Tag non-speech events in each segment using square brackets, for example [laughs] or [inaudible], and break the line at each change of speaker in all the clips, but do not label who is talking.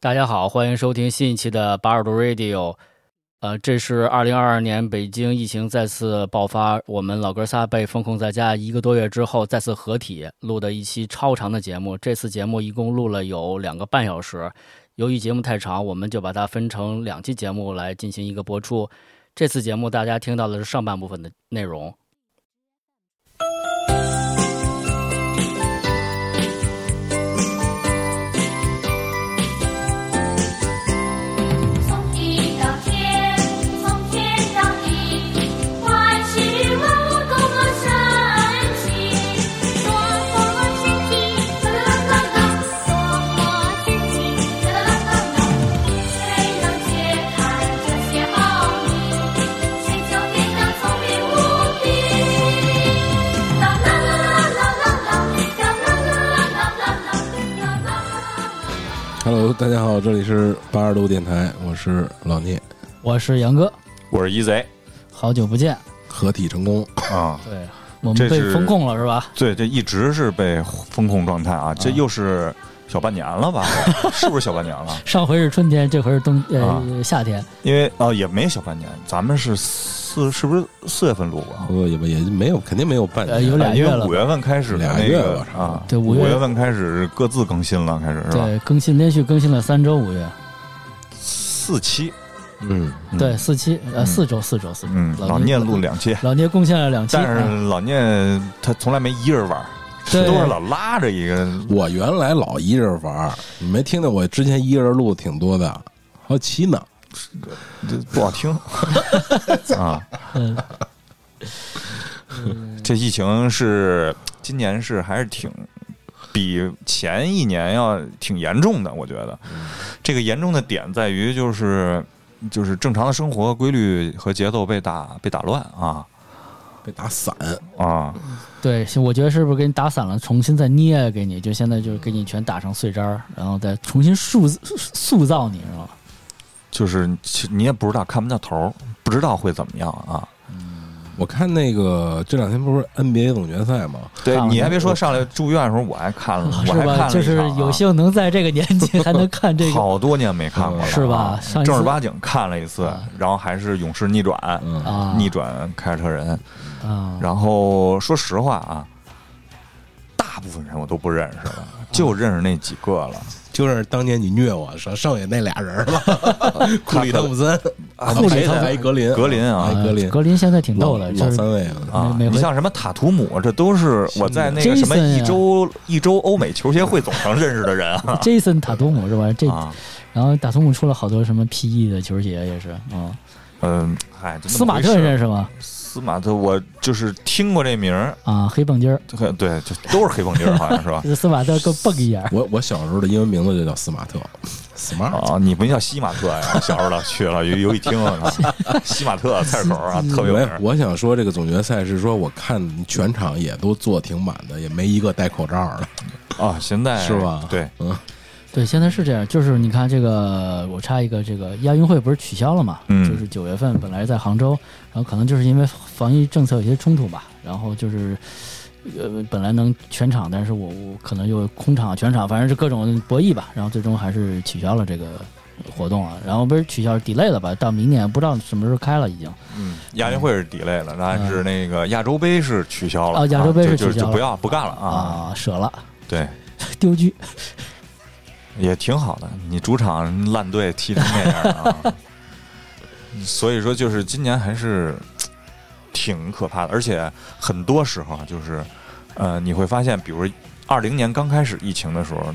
大家好，欢迎收听新一期的八耳朵 Radio。呃，这是二零二二年北京疫情再次爆发，我们老哥仨被封控在家一个多月之后再次合体录的一期超长的节目。这次节目一共录了有两个半小时，由于节目太长，我们就把它分成两期节目来进行一个播出。这次节目大家听到的是上半部分的内容。
从地到天，从天到地，万事万物共我升起。多么神奇，啦啦啦啦，多么神奇，啦啦啦啦。谁能解开这些奥秘？谁就变得聪明无比。啦啦啦啦啦啦，啦啦啦啦啦啦，啦啦啦啦。
Hello，大家好，这里是八十度电台，我是老聂，
我是杨哥，
我是一贼
好久不见。
合体成功。
啊，
对，我们
这
被
是
封控了是吧？
对，这一直是被风控状态啊，这又是小半年了 [laughs] 吧？是不是小半年了？
上回是春天，这回是冬呃、
啊
夏天，
因为哦、也没小半年，咱们是四是不是四月份录过啊？
不呃也不也没有，肯定没有半
呃，有
年。
俩
因
月
为
了
五。月份开始的
俩
那
月
个
了
啊，
对五
五
月
月份开始各自更新了，开始是吧？
对，更新连续更新了三周，五月、
四期，
嗯，
嗯
对，四期呃
嗯
四周四周四周，
嗯，老聂录
了，
两期，
老聂
[laughs]
贡献了两期，
但是
啊
老聂他从来没一人玩，
对
都是老拉着一个
我原来老一人玩儿，你没听见我之前一人录挺多的，还有七呢。
这不
[laughs]
好听啊。
嗯，
这疫情是今年是还是挺比前一年要挺严重的，我觉得
嗯
这个严重的点在于就是就是正常的生活规律和节奏被打被打乱啊
被打散，
啊，
对，行我觉得是不是给你打散了，重新再捏给你，就现在就是给你全打成碎渣儿，然后再重新塑塑造你，是吧？
就是其你也不知道看不到头儿，不知道会怎么样啊。
我看那个这两天不是 NBA 总决赛吗？
对
看，了
啊你还别说，上来住院的时候我还看了，我
[laughs]
还
是
看了一场
吧？
啊
就是有幸能在这个年纪还能看这个
[laughs] 好多年没看过了啊，
是吧上一次
正儿八经看了一次
啊，
然后还是勇士逆转，
嗯，
啊，
逆转凯尔特人。
啊，
然后说实话啊，大部分人我都不认识了，
啊
就认识那几个了。
就是当年你虐我剩剩下那俩人 [laughs] 了，库里、啊汤普森、
啊库里汤普森
还有一格林、
啊格林啊
还有一格林，
呃格林现在挺逗的，
老
就
老
是
三位啊，
啊，
每每回
你像什么塔图姆，这都是我在那个什么
Jason 啊呀
一周一周欧美球协会总上认识的人啊
Jason 塔图姆是 [laughs] 吧？这
啊，
然后塔图姆出了好多什么 PE 的球鞋也是啊，
嗯，嗨，就那
斯
么
马
回
特
事
认识吗？
司马特，我就是听过这名儿，
啊，黑蹦筋儿，？
就很对，就都是黑蹦筋儿，好像是吧
[laughs] 这斯马特更蹦一眼儿。
我我小时候的英文名字就叫斯马特，smart。
啊，你们叫西马特呀？小时候老去了，有有一听啊，西马特菜口啊，特别有名
没
儿，。
我想说这个总决赛是说，我看全场也都坐挺满的，也没一个戴口罩的。
啊，现在
是吧
对，
嗯，
对，现在是这样，就是你看这个，我插一个，这个亚运会不是取消了嘛？
嗯
就是九月份本来在杭州，然后可能就是因为防疫政策有些冲突吧，然后就是。呃，本来能全场，但是我我可能又空场、全场，反正是各种博弈吧。然后最终还是取消了这个活动啊。然后不是取消 delay 了吧？到明年不知道什么时候开了，已经。
嗯，亚运会是 delay 了，但是那个亚洲杯是取消了
啊嗯亚洲杯是
啊就就
取消了
就不要不干了啊。
啊，舍了，
对，
丢车。
也挺好的，你主场烂队踢成那样啊，所以说就是今年还是嘖挺可怕的，而且很多时候啊就是，呃，你会发现，比如二零年刚开始疫情的时候，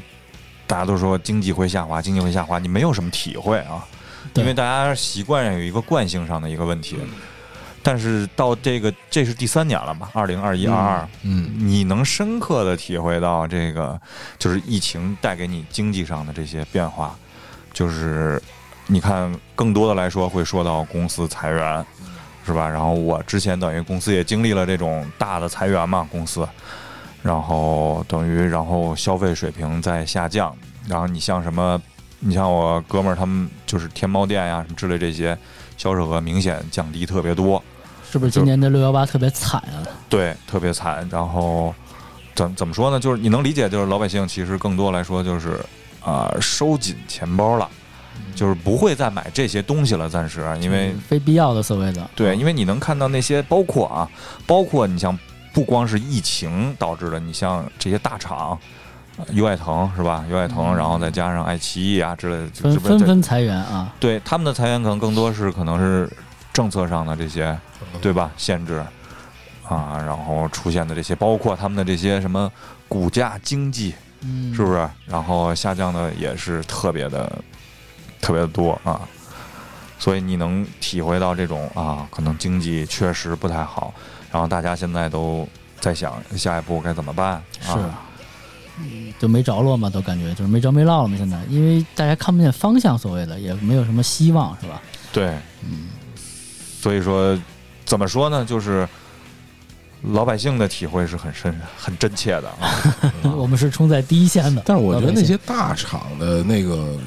大家都说经济会下滑，经济会下滑，你没有什么体会啊，
对
因为大家习惯有一个惯性上的一个问题。但是到这个，这是第三年了吧？二零二一、二二，
嗯，
你能深刻的体会到这个，就是疫情带给你经济上的这些变化，就是你看，更多的来说会说到公司裁员，是吧？然后我之前等于公司也经历了这种大的裁员嘛，公司，然后等于然后消费水平在下降，然后你像什么，你像我哥们儿他们就是天猫店啊呀什么之类这些，销售额明显降低特别多，
是不是今年的六幺八特别惨啊？
对，特别惨。然后怎怎么说呢？就是你能理解，就是老百姓其实更多来说就是啊、收紧钱包了，就是不会再买这些东西了，暂时，啊
嗯
因为
非必要的所谓的，
对，因为你能看到那些，包括啊，包括你像不光是疫情导致的，你像这些大厂，呃优爱腾是吧？优爱腾，然后再加上爱奇艺啊之类的，就
纷
这不是
纷纷裁员啊，
对他们的裁员可能更多是可能是政策上的这些，
嗯
对吧？限制啊，然后出现的这些，包括他们的这些什么股价经济，
嗯，
是不是？然后下降的也是特别的，特别的多啊。所以你能体会到这种啊，可能经济确实不太好，然后大家现在都在想下一步该怎么办
是
啊？，
嗯就没着落嘛，都感觉就是没着没落了嘛。现在因为大家看不见方向，所谓的也没有什么希望，是吧？
对，
嗯，
所以说怎么说呢，就是老百姓的体会是很深、很真切的啊。
[laughs] 我们是冲在第一线的，
但是我觉得
老百
那
姓
些大厂的那个，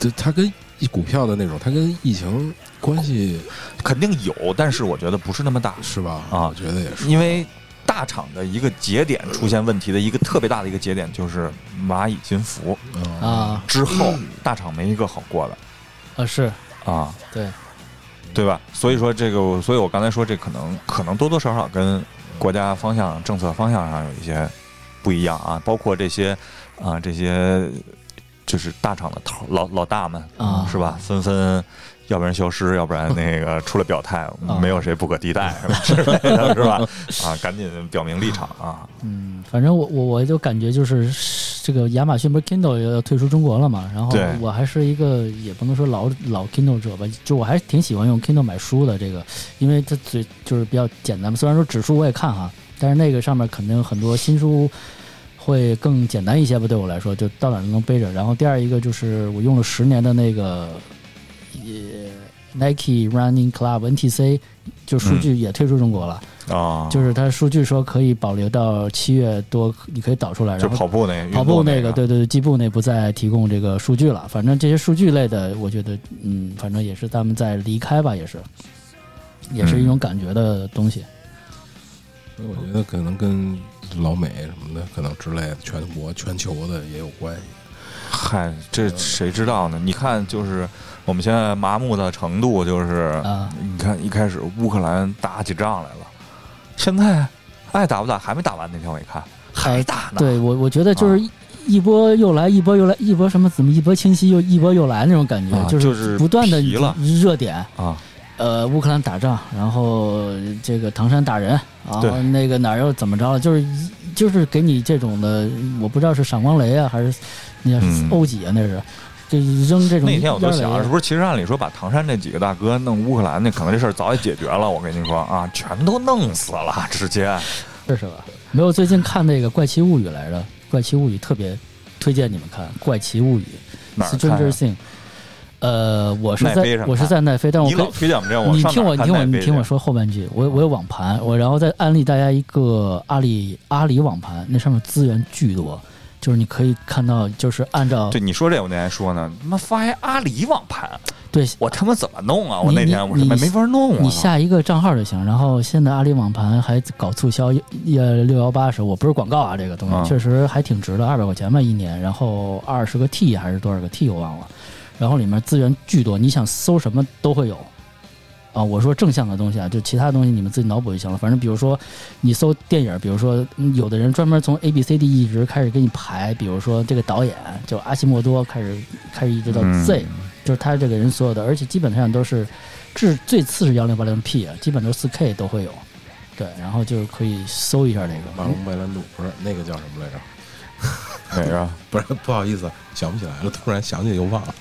就它跟股票的那种，它跟疫情关系
肯定有，但是我觉得不是那么大，
是吧？
啊
我觉得也是。
因为大厂的一个节点出现问题的一个特别大的一个节点就是蚂蚁金服
嗯，
啊
之后，大厂没一个好过的
啊是
啊，
对，
对吧？所以说这个，所以我刚才说这可能可能多多少少跟国家方向、政策方向上有一些不一样啊，包括这些啊这些就是大厂的头老老大们
啊 [laughs]
是吧？纷纷。要不然消失，要不然那个出了表态，没有谁不可替代之类的，是吧？ [laughs] 啊，赶紧表明立场啊！
嗯，反正我我我就感觉就是这个亚马逊不是 Kindle 也要退出中国了嘛，然后
对
我还是一个也不能说老老 Kindle 者吧，就我还是挺喜欢用 Kindle 买书的这个，因为它最就是比较简单嘛，虽然说纸书我也看哈，但是那个上面肯定很多新书。会更简单一些吧，对我来说，就到哪儿都能背着。然后第二一个就是我用了十年的那个，呃，Nike Running Club NTC，就数据也退出中国了。
啊，
就是它数据说可以保留到七月多，你可以导出来，
就
然后
跑步那个
跑
运
步
动
那个，
个，
对对对，计步那不再提供这个数据了。反正这些数据类的，我觉得，嗯，反正也是他们在离开吧，也是，也是一种感觉的东西。
所以我觉得可能跟老美什么的，可能之类的，全国、全球的也有关系。
嗨，这谁知道呢？你看，就是我们现在麻木的程度，就是
啊
你看一开始乌克兰打起仗来了，现在爱打不打还没打完。那天我一看，还打呢。
哎对我，我觉得
啊
就是一一波又来，一波又来，一波什么怎么一波清晰又一波又来那种感觉，
啊
是
就是
不断的
疲了
热点，
啊，
呃，乌克兰打仗，然后这个唐山打人，然后
对
那个哪儿又怎么着了，就是一就是给你这种的，我不知道是闪光雷啊，还是那叫
嗯
欧几啊，那是，就扔这种
那天我都想，是
烟
不是其实按理说把唐山这几个大哥弄乌克兰，那可能这事儿早也解决了。我跟你说啊，全都弄死了，直接。
雷是吧？没有，最近看那个《怪奇物语》来着，《怪奇物语》特别推荐你们看，《怪奇物语
哪》儿看啊
Stranger Thing。呃，我是
奈飞
在
上
我是
看
在奈飞，但我
你
跟
老推荐我们这，我
你
上
听
哪
我，
儿
你
看
听我，
奈
你
飞
听
去
我说后半句。我我有网盘，我然后再安利大家一个阿里阿里网盘，那上面资源巨多，就是你可以看到，就是按照
对，你说这我那天还说呢，他妈发一阿里网盘，
对
我他妈怎么弄啊？
你
我那天我他妈
你
没法弄啊！
你下一个账号就行。然后现在阿里网盘还搞促销，呃，六幺八时候，我不是广告啊，这个东
嗯
西确实还挺值的，二百块钱吧一年，然后二十个 T 还是多少个 T 我忘了，然后里面资源巨多，你想搜什么都会有。啊，我说正向的东西啊，就其他东西你们自己脑补就行了。反正比如说，你搜电影，比如说嗯有的人专门从 A B C D 一直开始给你排，比如说这个导演就阿西莫多开始开始一直到
嗯
Z，、就是他这个人所有的，而且基本上都是至最次是幺零八零 P 啊，基本都是四 K 都会有。对，然后就是可以搜一下这
马
个
龙白兰度不是那个叫什么来着？
哪个？
不是，不好意思，想不起来了，突然想起又忘了。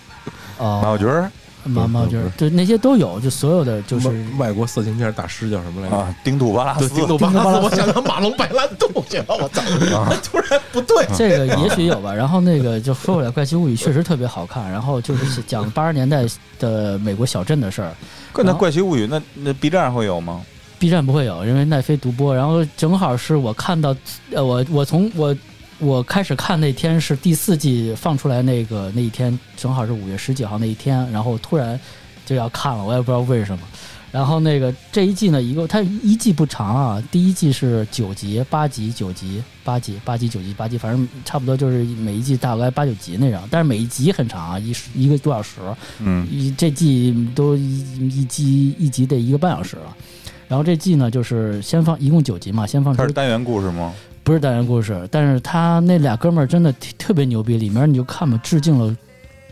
马
哦，
小军儿
毛毛
不
就是是对那些都有，就所有的就是
外外国色情片大师叫什么来着？
啊，丁杜巴拉
对，
斯，
丁豆巴拉
[laughs]
斯，我想到马龙白兰度去了，我操！ [laughs] 突然不对，
这个也许有吧。然后那个就说回来，《怪奇物语》确实特别好看，然后就是讲八十年代的美国小镇的事儿。
怪
啊
那《怪奇物语》那那 B 站上会有吗？
B 站不会有，因为奈飞独播。然后正好是我看到，呃，我我从我我开始看那天是第四季放出来那个那一天，正好是五月十几号那一天，然后突然就要看了，我也不知道为什么。然后那个这一季呢，一共它一季不长啊，第一季是九集、八集、九集、八集、八集、九集、八集，反正差不多就是每一季大概八九集那样。但是每一集很长啊，一时一个多小时，
嗯
一这季都一一集一集得一个半小时了。然后这季呢，就是先放一共九集嘛，先放出
它是单元故事吗？
不是单元故事，但是他那俩哥们儿真的特特别牛逼，里面你就看吧，致敬了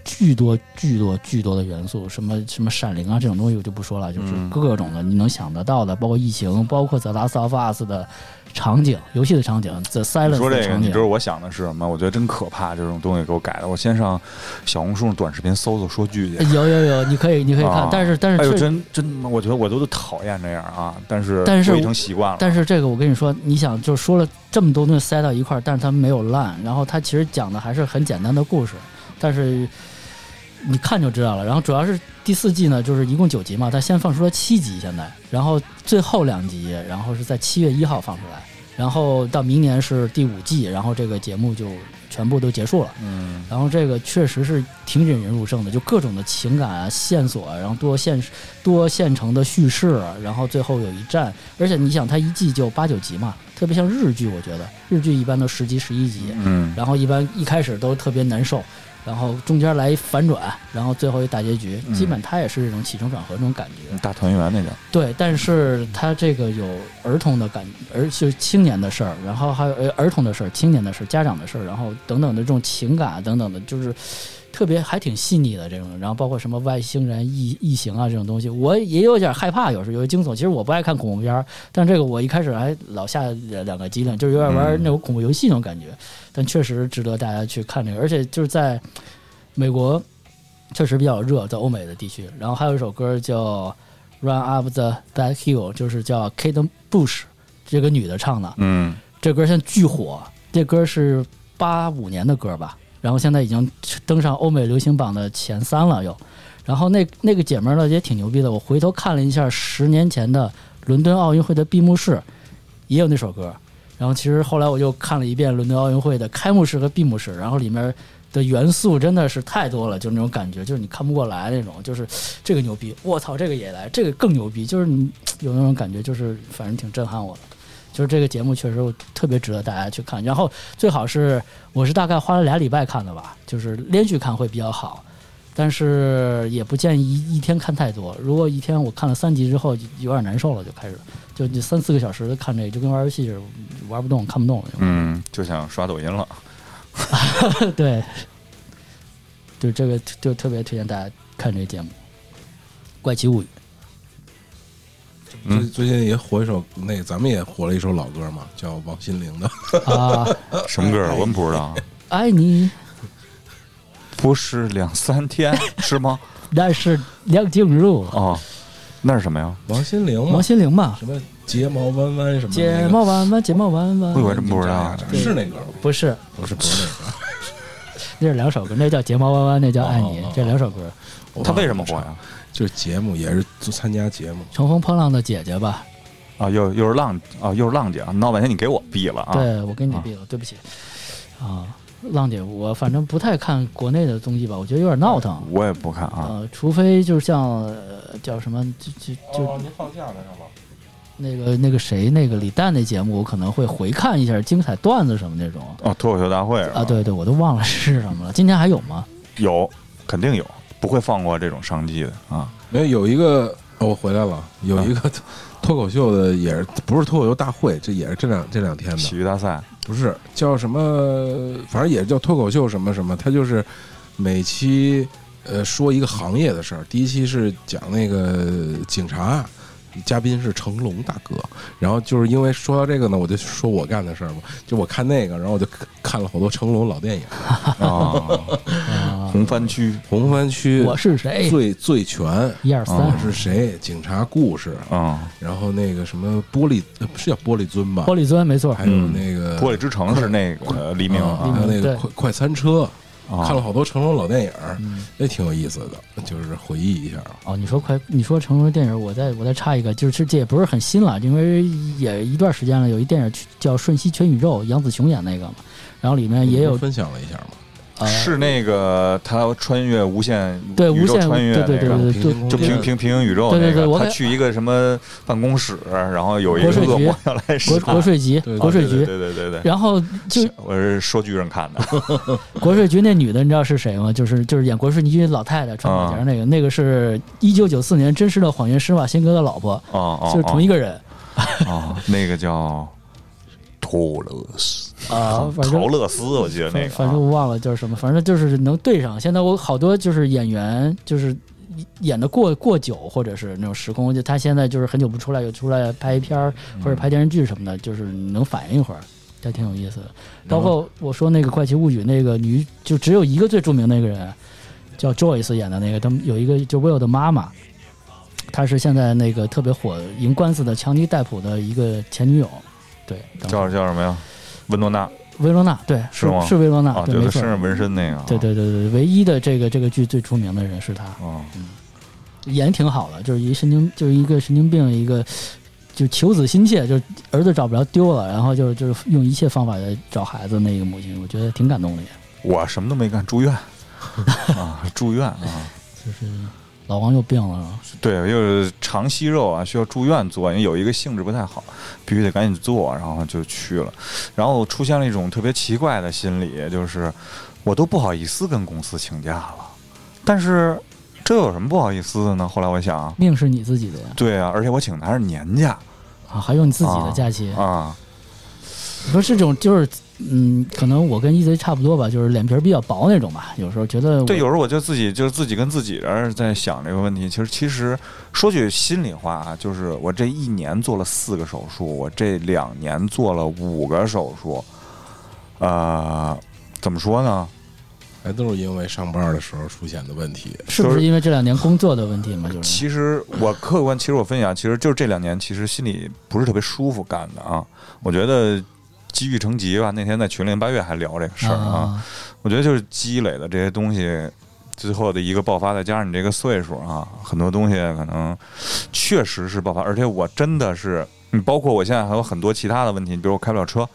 巨多巨多巨多的元素，什么什么闪灵啊这种东西我就不说了，就是
嗯
各种的你能想得到的，包括异形，包括 The Last of Us 的场景，游戏的场景，The
你
Silence
说
的
这个，
场
你
景
知。道我想的是什么？我觉得真可怕，这种东西给我改的。我先上小红书上短视频搜搜说剧去。
有有有，你可哎以你可以看，
啊
但是但
哎
是
呦，
这、
真真，我觉得我都讨厌这样啊！但是
但是
我已经习惯了。
但是这个我跟你说，你想就是说了这么多东西塞到一块儿，但是它没有烂，然后它其实讲的还是很简单的故事，但是你看就知道了。然后主要是第四季呢，就是一共九集嘛，它先放出了七集现在，然后最后两集，然后是在七月一号放出来，然后到明年是第五季，然后这个节目就全部都结束了。
嗯，
然后这个确实是挺引人入胜的，就各种的情感啊、线索啊，然后多线多线程的叙事啊，然后最后有一战，而且你想，它一季就八九集嘛，特别像日剧，我觉得日剧一般都十集、十一集，
嗯，
然后一般一开始都特别难受，然后中间来一反转，然后最后一大结局，
嗯
基本它也是这种起承转合这种感觉。
大团圆那个，
对，但是它这个有儿童的感，而就是青年的事儿，然后还有呃儿童的事儿、青年的事儿、家长的事儿，然后等等的这种情感啊等等的，就是特别还挺细腻的这种。然后包括什么外星人、异异形啊这种东西，我也有点害怕，有时候有些惊悚。其实我不爱看恐怖片儿，但啊这个我一开始还老下两两个机灵，就是有点玩
嗯
那种恐怖游戏那种感觉。但确实值得大家去看这个，而且就是在美国确实比较热，在欧美的地区。然后还有一首歌叫。Run Up the Back Hill，就是叫 Kate Bush 这个女的唱的。
嗯，
这歌现在巨火，这歌是八五年的歌吧，然后现在已经登上欧美流行榜的前三了又。然后那那个姐们儿呢也挺牛逼的，我回头看了一下十年前的伦敦奥运会的闭幕式，也有那首歌。然后其实后来我又看了一遍伦敦奥运会的开幕式和闭幕式，然后里面的元素真的是太多了，就那种感觉，就是你看不过来那种，就是这个牛逼，我操，这个也来，这个更牛逼，就是你有那种感觉，就是反正挺震撼我的。就是这个节目确实我特别值得大家去看，然后最好是我是大概花了俩礼拜看的吧，就是连续看会比较好，但是也不建议一一天看太多。如果一天我看了三集之后就有点难受了，就开始就就三四个小时的看这个，就跟玩游戏似的，玩不动看不动了。
嗯，就想刷抖音了。
[laughs] 对，就这个就特别推荐大家看这个节目《怪奇
[laughs]
物语》。
嗯
最最近也火一首，那个咱们也火了一首老歌嘛，叫王心凌的。
啊，
什么歌儿？我们不知道。
爱你，
不是两三天是
[laughs]
吗？
那是梁静茹、
哦，那是什么呀？
王心凌嘛
王，心凌嘛，
什么睫毛弯弯什么的那
睫
个
毛弯弯，睫毛弯弯
我以，为真不知道。
对
是那歌吗？
不是，
不是不是那歌。
那是两首歌，那叫《睫毛弯弯》，那叫《爱你
哦哦》，
这两首歌，
我
他
忘了
为什么火呀？
就是节目也是就参加节目，
乘风破浪的姐姐吧？
啊，又又是浪啊，又是浪姐啊！闹半天你给我毙了啊！
对，我跟你比了，对不起啊，浪姐，我反正不太看国内的综艺吧，我觉得有点闹腾。
我也不看啊。
呃，除非就是像呃叫什么，就就就
哦您放假了是吧？
那个那个谁，那个李诞那节目，我可能会回看一下精彩段子什么那种
哦，脱口秀大会是吧
啊。对对，我都忘了是什么了。今天还有吗？
有，肯定有，不会放过这种商机的啊。
没有有一个、哦我回来了，有一个脱口秀的也是不是脱口秀大会，这也是这两这两天
喜
的，
剧大
[laughs]
赛，
不是叫什么，反正也是叫脱口秀什么什么，他就是每期呃说一个行业的事儿，第一期是讲那个警察。嘉宾是成龙大哥，然后就是因为说到这个呢，我就说我干的事儿嘛，就我看那个，然后我就看了好多成龙老电影，
啊，
啊，
红番区
《红番区》
我是哎谁？
醉醉拳，
一二三
我，是谁？警察故事，
啊，
然后那个什么玻璃呃是叫玻璃樽吧
玻，璃樽没错，
还有那个
《玻璃之城》是那个黎明
啊
啊，
还有
对
那个快快餐车，
啊
看了好多成龙老电影儿
嗯，
也挺有意思的，就是回忆一下。
哦，你说快，你说成龙的电影，我再我再插一个，就是这也不是很新了，因为也一段时间了。
嗯
有一电影叫《瞬息全宇宙》，杨紫琼演那个嘛，然后里面也有
分享了一下嘛，
呃，
是那个他穿越无限
对
宇
无
宙
限
穿越
对对
那
对
个
对对
平
对
行空
就
间
平平平行宇宙
对对
那
对
个，
我
他
给
去一个什么办公室，然后有一
国
个
税局
恶魔要来
国
审
国税局
对对
国税
对
局，
对对对对对，
然后就
我是说剧人看
[laughs]
的，
国税局那女的，你知道是谁吗？就是就是演国税局老太太穿
啊
马甲那个，那个是一九九四年真实的谎言施瓦辛格的老婆，
哦哦，
就是同一个人
哦哦，那个叫托勒斯，
啊，反
陶
正。
勒斯，我记得那
反
个，啊
反正我忘了叫什么，反正就是能对上。现在我好多就是演员，就是演的过过久，或者是那种时空，就他现在就是很久不出来，有出来拍片儿
嗯
或者拍电视剧什么的，就是能反应一会儿，还挺有意思的。包括我说那个《怪奇物语》那个女，就只有一个最著名那个人，叫 Joyce 演的那个，他们有一个就 Will 的妈妈，她是现在那个特别火赢官司的强尼戴普的一个前女友，对，当时
啊叫叫什么呀？温多纳
薇罗娜，对，是
是吗
是薇罗娜，
啊，
对，
对
没
他
错
身。上纹身那个，
对对对对，唯一的这个这个剧最出名的人是他，
哦，
演挺好的，就是一神经，就是一个神经病，一个就求子心切，就是儿子找不着丢了，然后就是就是用一切方法来找孩子那个母亲，我觉得挺感动的也，
我什么都没干，住院啊，住院啊。
就是老王又病了，
对，就是肠息肉啊，需要住院做，因为有一个性质不太好，必须得赶紧做，然后就去了。然后出现了一种特别奇怪的心理，就是我都不好意思跟公司请假了，但是这有什么不好意思的呢？后来我想，
命是你自己的
对啊，而且我请的还是年假
啊，还有你自己的假期，
啊，
你说这种就是嗯，可能我跟一贼差不多吧，就是脸皮儿比较薄那种吧，有时候觉得我
对，有时候我就自己就是自己跟自己人在想这个问题。其实其实说句心里话啊，就是我这一年做了四个手术，我这两年做了五个手术，呃，怎么说呢？
还哎都是因为上班的时候出现的问题。
是不
就是
是因为这两年工作的问题嘛，就是
其实我客观，其实我分析啊，其实就是这两年其实心里不是特别舒服干的啊。我觉得积郁成疾吧。那天在群里八月还聊这个事儿啊，
啊，
我觉得就是积累的这些东西，最后的一个爆发，再加上你这个岁数啊，很多东西可能确实是爆发。而且我真的是，你包括我现在还有很多其他的问题，比如我开不了车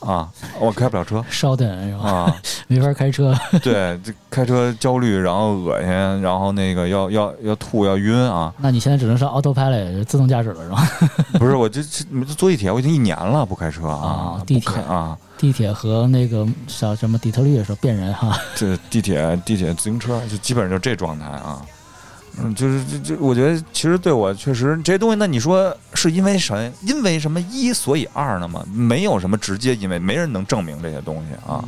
啊，我开不了车
烧等是吧？
啊，
没法开车，
对，这开车焦虑，然后恶心，然后那个要要要吐要晕啊，
那你现在只能上 autopilot 自动驾驶了是吧？
不是我这这这坐地铁我已经一年了不开车啊
啊，地
不
铁
开啊，
地铁和那个小什么底特律的时候变人哈，
这地铁、地铁、自行车，就基本上就这状态啊。嗯，就是这这，我觉得其实对我确实这些东西，那你说是因为什因为什么一所以二呢吗？没有什么直接因为，没人能证明这些东西啊。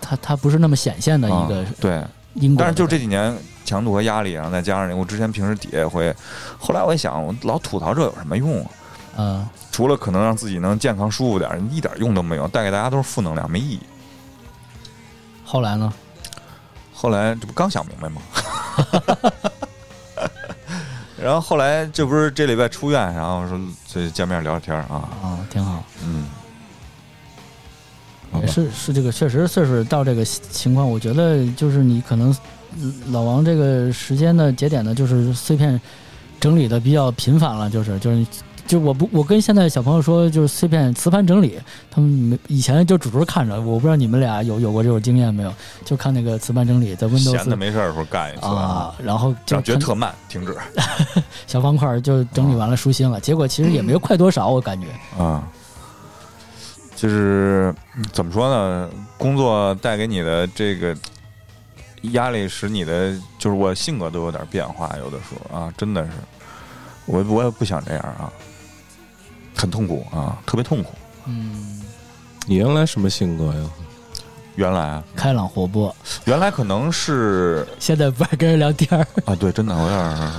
它它不是嗯那么显现的
啊
一个
对，
因果的。
但是就这几年强度和压力，然后再加上我之前平时底下也会，后来我一想，我老吐槽这有什么用啊？
嗯，
除了可能让自己能健康舒服点儿，一点用都没有，带给大家都是负能量，没意义。
后来呢？
后来这不刚想明白吗？ [laughs] 然后后来这不是这礼拜出院，然后说这见面聊聊天儿啊，
啊，挺好，
嗯，好吧
也是是这个，确实岁数到这个情况，我觉得就是你可能嗯老王这个时间的节点呢，就是碎片整理的比较频繁了，就是就是你。就我不，我跟现在小朋友说，就是碎片磁盘整理，他们没以前就主动看着，我不知道你们俩有有过这种经验没有？就看那个磁盘整理，在
闲
Windows
的没事儿的时候干一次，
啊，然后就
然后觉得
看
特慢，停止
小方块儿就整理完了舒心了，结果其实也没有快多少，我感觉
啊。就是怎么说呢？工作带给你的这个压力，使你的就是我性格都有点变化，有的时候啊，真的是，我我也不想这样啊，很痛苦啊，特别痛苦。
嗯，
你原来什么性格呀？
原来啊，
开朗活泼，
原来可能是
现在不爱跟人聊天儿。
啊，对，真的我有点儿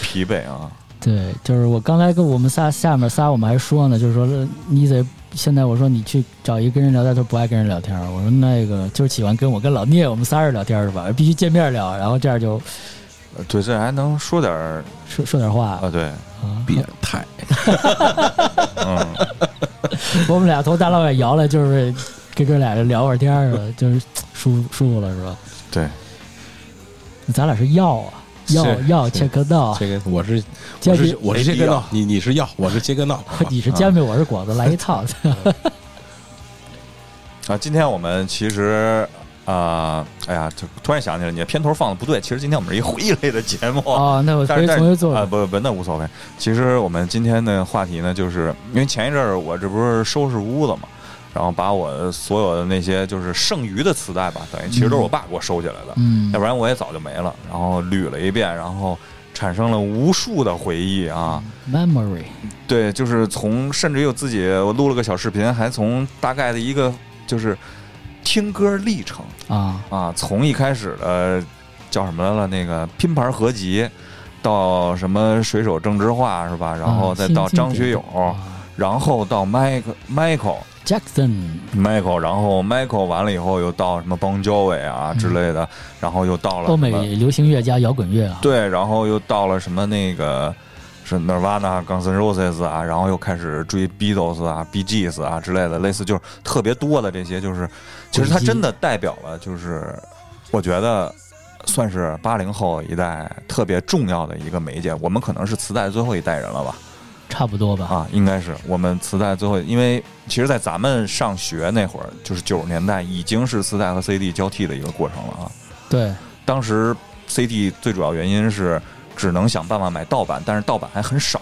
疲惫啊。
对，就是我刚才跟我们仨下面仨我们还说呢，就是说你得现在我说你去找一个跟人聊天，他不爱跟人聊天儿。我说那个就是喜欢跟我跟老聂我们仨人聊天儿是吧？必须见面聊，然后这样就
呃对，这还能说点儿
说说点话。
啊，对，
啊
变态，
嗯，
我们俩从大老远摇来，就是跟哥俩聊会儿天儿了，就是舒服舒服了是吧？
对，
咱俩是要啊，要
是
要
是
check 到，
这个我是
接
我
给
是我是
没
这
必
个
要
闹，你你是药，我是这个闹。
[laughs] 你是煎饼，我是
[laughs]
果子，来一套。
啊，今天我们其实啊、啊、哎呀，就突然想起来，你的片头放的不对。其实今天我们是一回忆类的节目，
哦，那我
但
可
是
以
但
重
是
新做
啊，
了。
不不，那无所谓。其实我们今天的话题呢，就是因为前一阵儿我这不是收拾屋子嘛，然后把我所有的那些就是剩余的磁带吧，等于其实都是我爸给我收起来的，
嗯
要，不然我也早就没了。然后捋了一遍，然后产生了无数的回忆啊。
嗯 memory，
对，就是从甚至有自己我录了个小视频，还从大概的一个就是听歌历程。
啊，
啊，从一开始的叫什么来了，那个拼盘合集，到什么水手郑智化是吧？然后
啊
再到张学友，
啊
然后到 Michael Michael
，Jackson，
Michael，然后 Michael 完了以后又到什么邦交伟啊
嗯
之类的，然后又到了
欧
什么
美流行乐加摇滚乐啊，
对，然后又到了什么那个。是 Nirvana、Guns N' Roses 啊，然后又开始追 Beatles 啊、B G S 啊之类的，类似就是特别多的这些，就是其实它
轨迹
真的代表了，就是我觉得算是八零后一代特别重要的一个媒介。我们可能是磁带最后一代人了吧？
差不多吧。
啊，应该是我们磁带最后，因为其实，在咱们上学那会儿，就是九十年代，已经是磁带和 CD 交替的一个过程了啊。
对，
当时 CD 最主要原因是只能想办法买盗版，但是盗版还很少。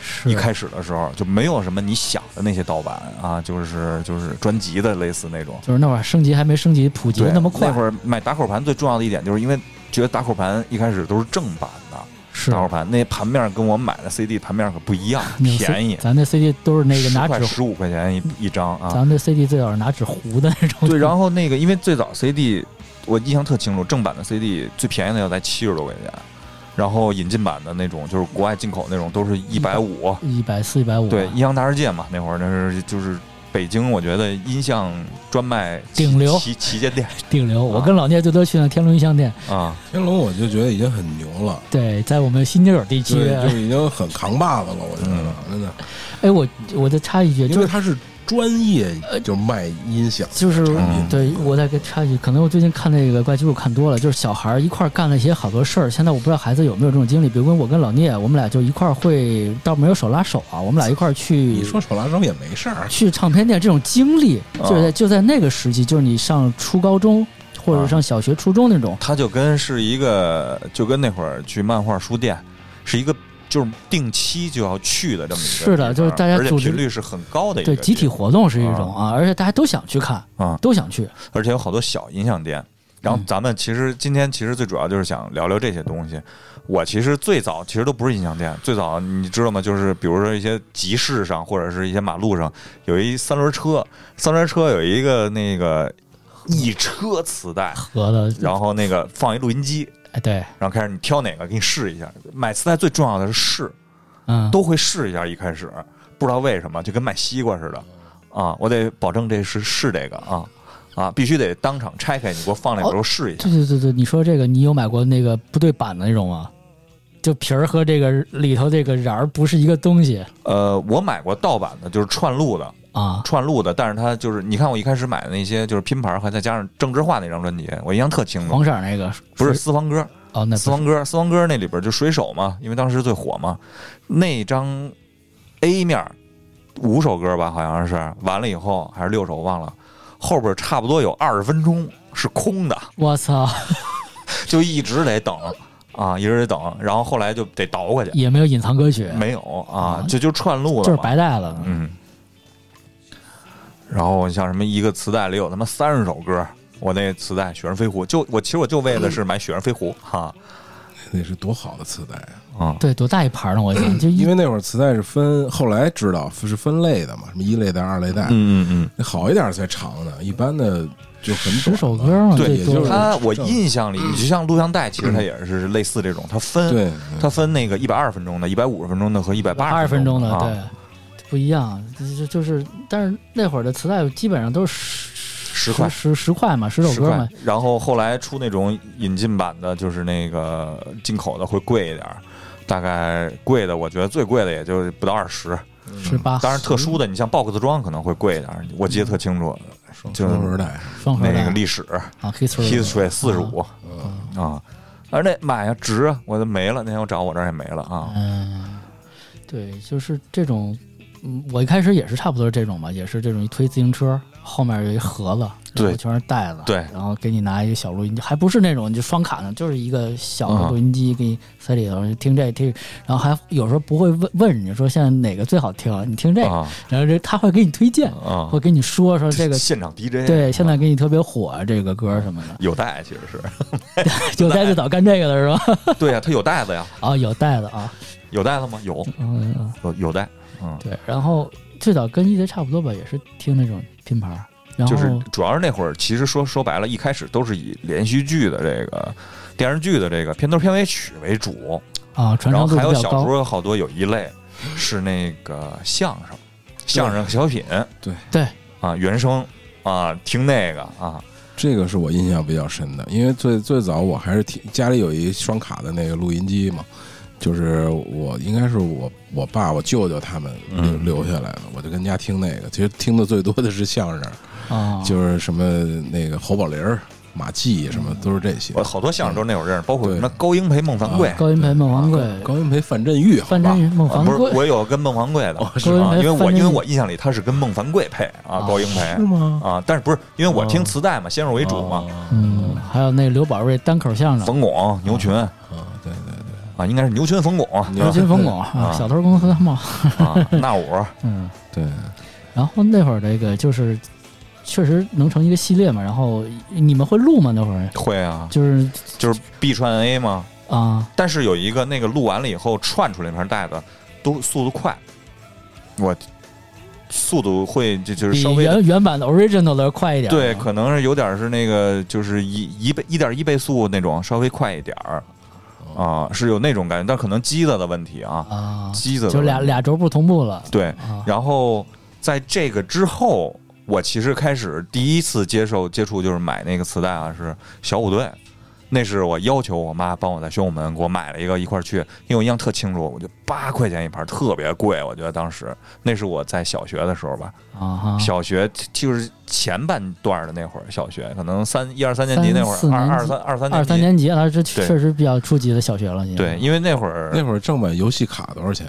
是
一开始的时候就没有什么你想的那些盗版啊，就是就是专辑的类似那种。
就是那会儿升级还没升级，普及
对，
得那么快
那，会儿买打口盘最重要的一点，就是因为觉得打口盘一开始都是正版的
是
打口盘，那盘面跟我买的 CD 盘面可不一样，
那个 C-
便宜，
咱那 CD 都是那个拿纸，
十五块钱一一张啊。
咱们那 CD 最早是拿纸糊的那种。[laughs]
[laughs] 对，然后那个因为最早 CD 我印象特清楚，正版的 CD 最便宜的要在七十多块钱，然后引进版的那种就是国外进口那种都是一百五。
一百四、一百五，啊
对，音响大世界嘛，那会儿那是就是北京，我觉得音像专卖旗
顶流
旗旗舰店
顶流。我
啊
跟老聂最多去那天龙音像店，
啊，
天龙我就觉得已经很牛了，
对，在我们新街口地区。
对，就已经很扛把子了，我觉得真的，
哎，我我再插一句，
因
就
为
是
他是专业就卖音响，
就是
嗯
对我再给插一句，可能我最近看那个怪奇物看多了，就是小孩儿一块儿干了一些好多事儿。现在我不知道孩子有没有这种经历，比如跟我跟老聂，我们俩就一块儿会，倒没有手拉手啊，我们俩一块儿去
你。说手拉手也没事儿， [laughs]
去唱片店这种经历，
啊
就是在就在那个时期，就是你上初高中或者上小学、初中那种，
它就跟是一个就跟那会儿去漫画书店是一个。就是定期就要去的这么一个地方，
是的就是大家
而且
组织
频率是很高的一个
对
地方，
集体活动是一种啊，而且大家都想去看
啊
都想去，
而且有好多小音像店。然后
嗯
咱们其实今天其实最主要就是想聊聊这些东西。我其实最早其实都不是音像店，最早你知道吗？就是比如说一些集市上或者是一些马路上有一三轮车，三轮车有一个那个一车磁带，
合的，
然后那个放一录音机，
哎对，
然后开始你挑哪个给你试一下。买磁带最重要的是试，
嗯，
都会试一下，一开始不知道为什么，就跟卖西瓜似的啊！我得保证这是是这个啊啊，必须得当场拆开，你给我放两
哦
周试一下。
对对对对，你说这个，你有买过那个不对版的那种吗？就皮儿和这个里头这个瓤儿不是一个东西
呃，我买过盗版的，就是串录的，
啊，
串录的，但是它就是你看我一开始买的那些就是拼盘，还再加上郑智化那张专辑，我印象特清楚
黄。色儿那个
嗯不是
水
私房歌，
哦，那
私
不是
房歌，私房歌那里边就水手嘛，因为当时最火嘛，那张 A 面儿五首歌吧，好像是完了以后还是六首忘了，后边差不多有二十分钟是空的，
我操，
就一直得等啊，一直得等，然后后来就得倒回去，
也没有隐藏歌曲，
没有啊，这就串路了，
就是白带了，
嗯。然后像什么一个磁带里有他妈三十首歌，我那磁带《雪人飞狐》就我其实我就为的是买《雪人飞狐》哈，
那是多好的磁带啊！
嗯，
对，多大一盘儿呢？我
[clears throat]
想就
因
一
为那会儿磁带是分，后来知道是分类的嘛，什么一类带、二类带，
嗯嗯嗯。
那好一点才长呢，一般的就很短
十
了
首歌嘛，
啊对
最
也
多
就是
它
正
我印象里，
嗯
你就像录像带，其实它也是类似这种，它分
对，
它分那个一百二十分钟的、一百五十分钟的和一百八
二
十
十分钟
的
的，
啊，
对，不一样，就就是，但是那会儿的磁带基本上都是十
十块
十十块嘛，十首
十
歌嘛
块，。然后后来出那种引进版的，就是那个进口的会贵一点儿，大概贵的我觉得最贵的也就不到二十，
啊十八，
嗯当然特殊的你像 box 装可能会贵一点儿，我记得特清楚，
嗯双
就是
双轮带，
双核
那个
弹
历史
啊，history，
history 四十五
嗯
啊，而那买呀值啊，我都没了，那天我找我这儿也没了啊，
嗯，对，就是这种嗯我一开始也是差不多这种吧，也是这种一推自行车，后面有一盒子，然后
对
全是袋子，
对
然后给你拿一个小录音机，还不是那种你就双卡呢，就是一个小
嗯
的录音机给你塞里头，听这听，然后还有时候不会问问人家说现在哪个最好听，你听这个，
啊
然后这他会给你推荐，
啊
会，给你说说这个。
现场 DJ
对，现在给你特别火这个歌什么的，
有带其实是，
有袋子早干这个的是吧？ [laughs]
对呀，他有带子呀，
啊，有袋子啊，
有带子吗？有
嗯，嗯
有有带，嗯，
对，然后最早跟一贼差不多吧，也是听那种拼盘儿，然后、
就是主要是那会儿，其实说说白了，一开始都是以连续剧的这个电视剧的这个片头片尾曲为主，
啊，传
然
唱
后
度
还
比
有
较
小时
高。
候好多有一类是那个相声、相声小品，
对
对
啊，原声啊，听那个啊，
这个是我印象比较深的，因为最最早我还是听家里有一双卡的那个录音机嘛，就是我应该是我我爸我舅舅他们留
嗯
留下来的，我就跟家听那个。其实听的最多的是相声，
啊，
就是什么那个侯宝林儿、马季什
嗯
么，都是这些
我。好多相声都是那会儿认识，包括
对
什么高英培、孟凡贵，
啊高云培、孟凡贵、
高云培、范振钰，
范振
钰，
钰、孟
啊
凡
不是
贵，
我有跟孟凡贵的，
哦
是吗
啊因为
范
我
振
因为
钰
我印象里他是跟孟凡贵配啊，
啊
高英
是
培
吗？
啊，但是不是因为我听磁带嘛，先入为主嘛，
啊
嗯，还有那刘宝瑞单口相声，
冯巩、牛群
啊，对对对，
啊，应该是哦牛群、冯巩
刘
啊
金冯巩，啊小偷公司嘛，
[laughs] 啊，那我
嗯，
对，
然后那会儿这个就是确实能成一个系列嘛，然后你们会录吗？那会儿
会啊，
就是
就是 B 串 A 嘛，
啊，
但是有一个那个录完了以后串出来那盘带子都速度快，我速度会就就是
比
稍微的
原原版的 original 的快一点，
对，可能是有点是那个，就是一一倍一点一倍速那种，稍微快一点儿啊，是有那种感觉，但可能机子的问题啊，
啊，
机子的
就俩
问题
俩轴不同步了，
对。
啊，
然后在这个之后，我其实开始第一次接受接触就是买那个磁带啊，是小虎队。那是我要求我妈帮我在宣武门给我买了一个一块儿去，因为我印象特清楚，我觉得八块钱一盘儿特别贵，我觉得当时那是我在小学的时候吧，
啊哈，
小学就是前半段儿的那会儿，小学可能三一二三年级那会
三四
儿，
年级
二二三二三
二
年
三
级，
年级了，这确
对
确实比较初级的小学了，已经
对，因为那会儿
那会儿正版游戏卡多少钱？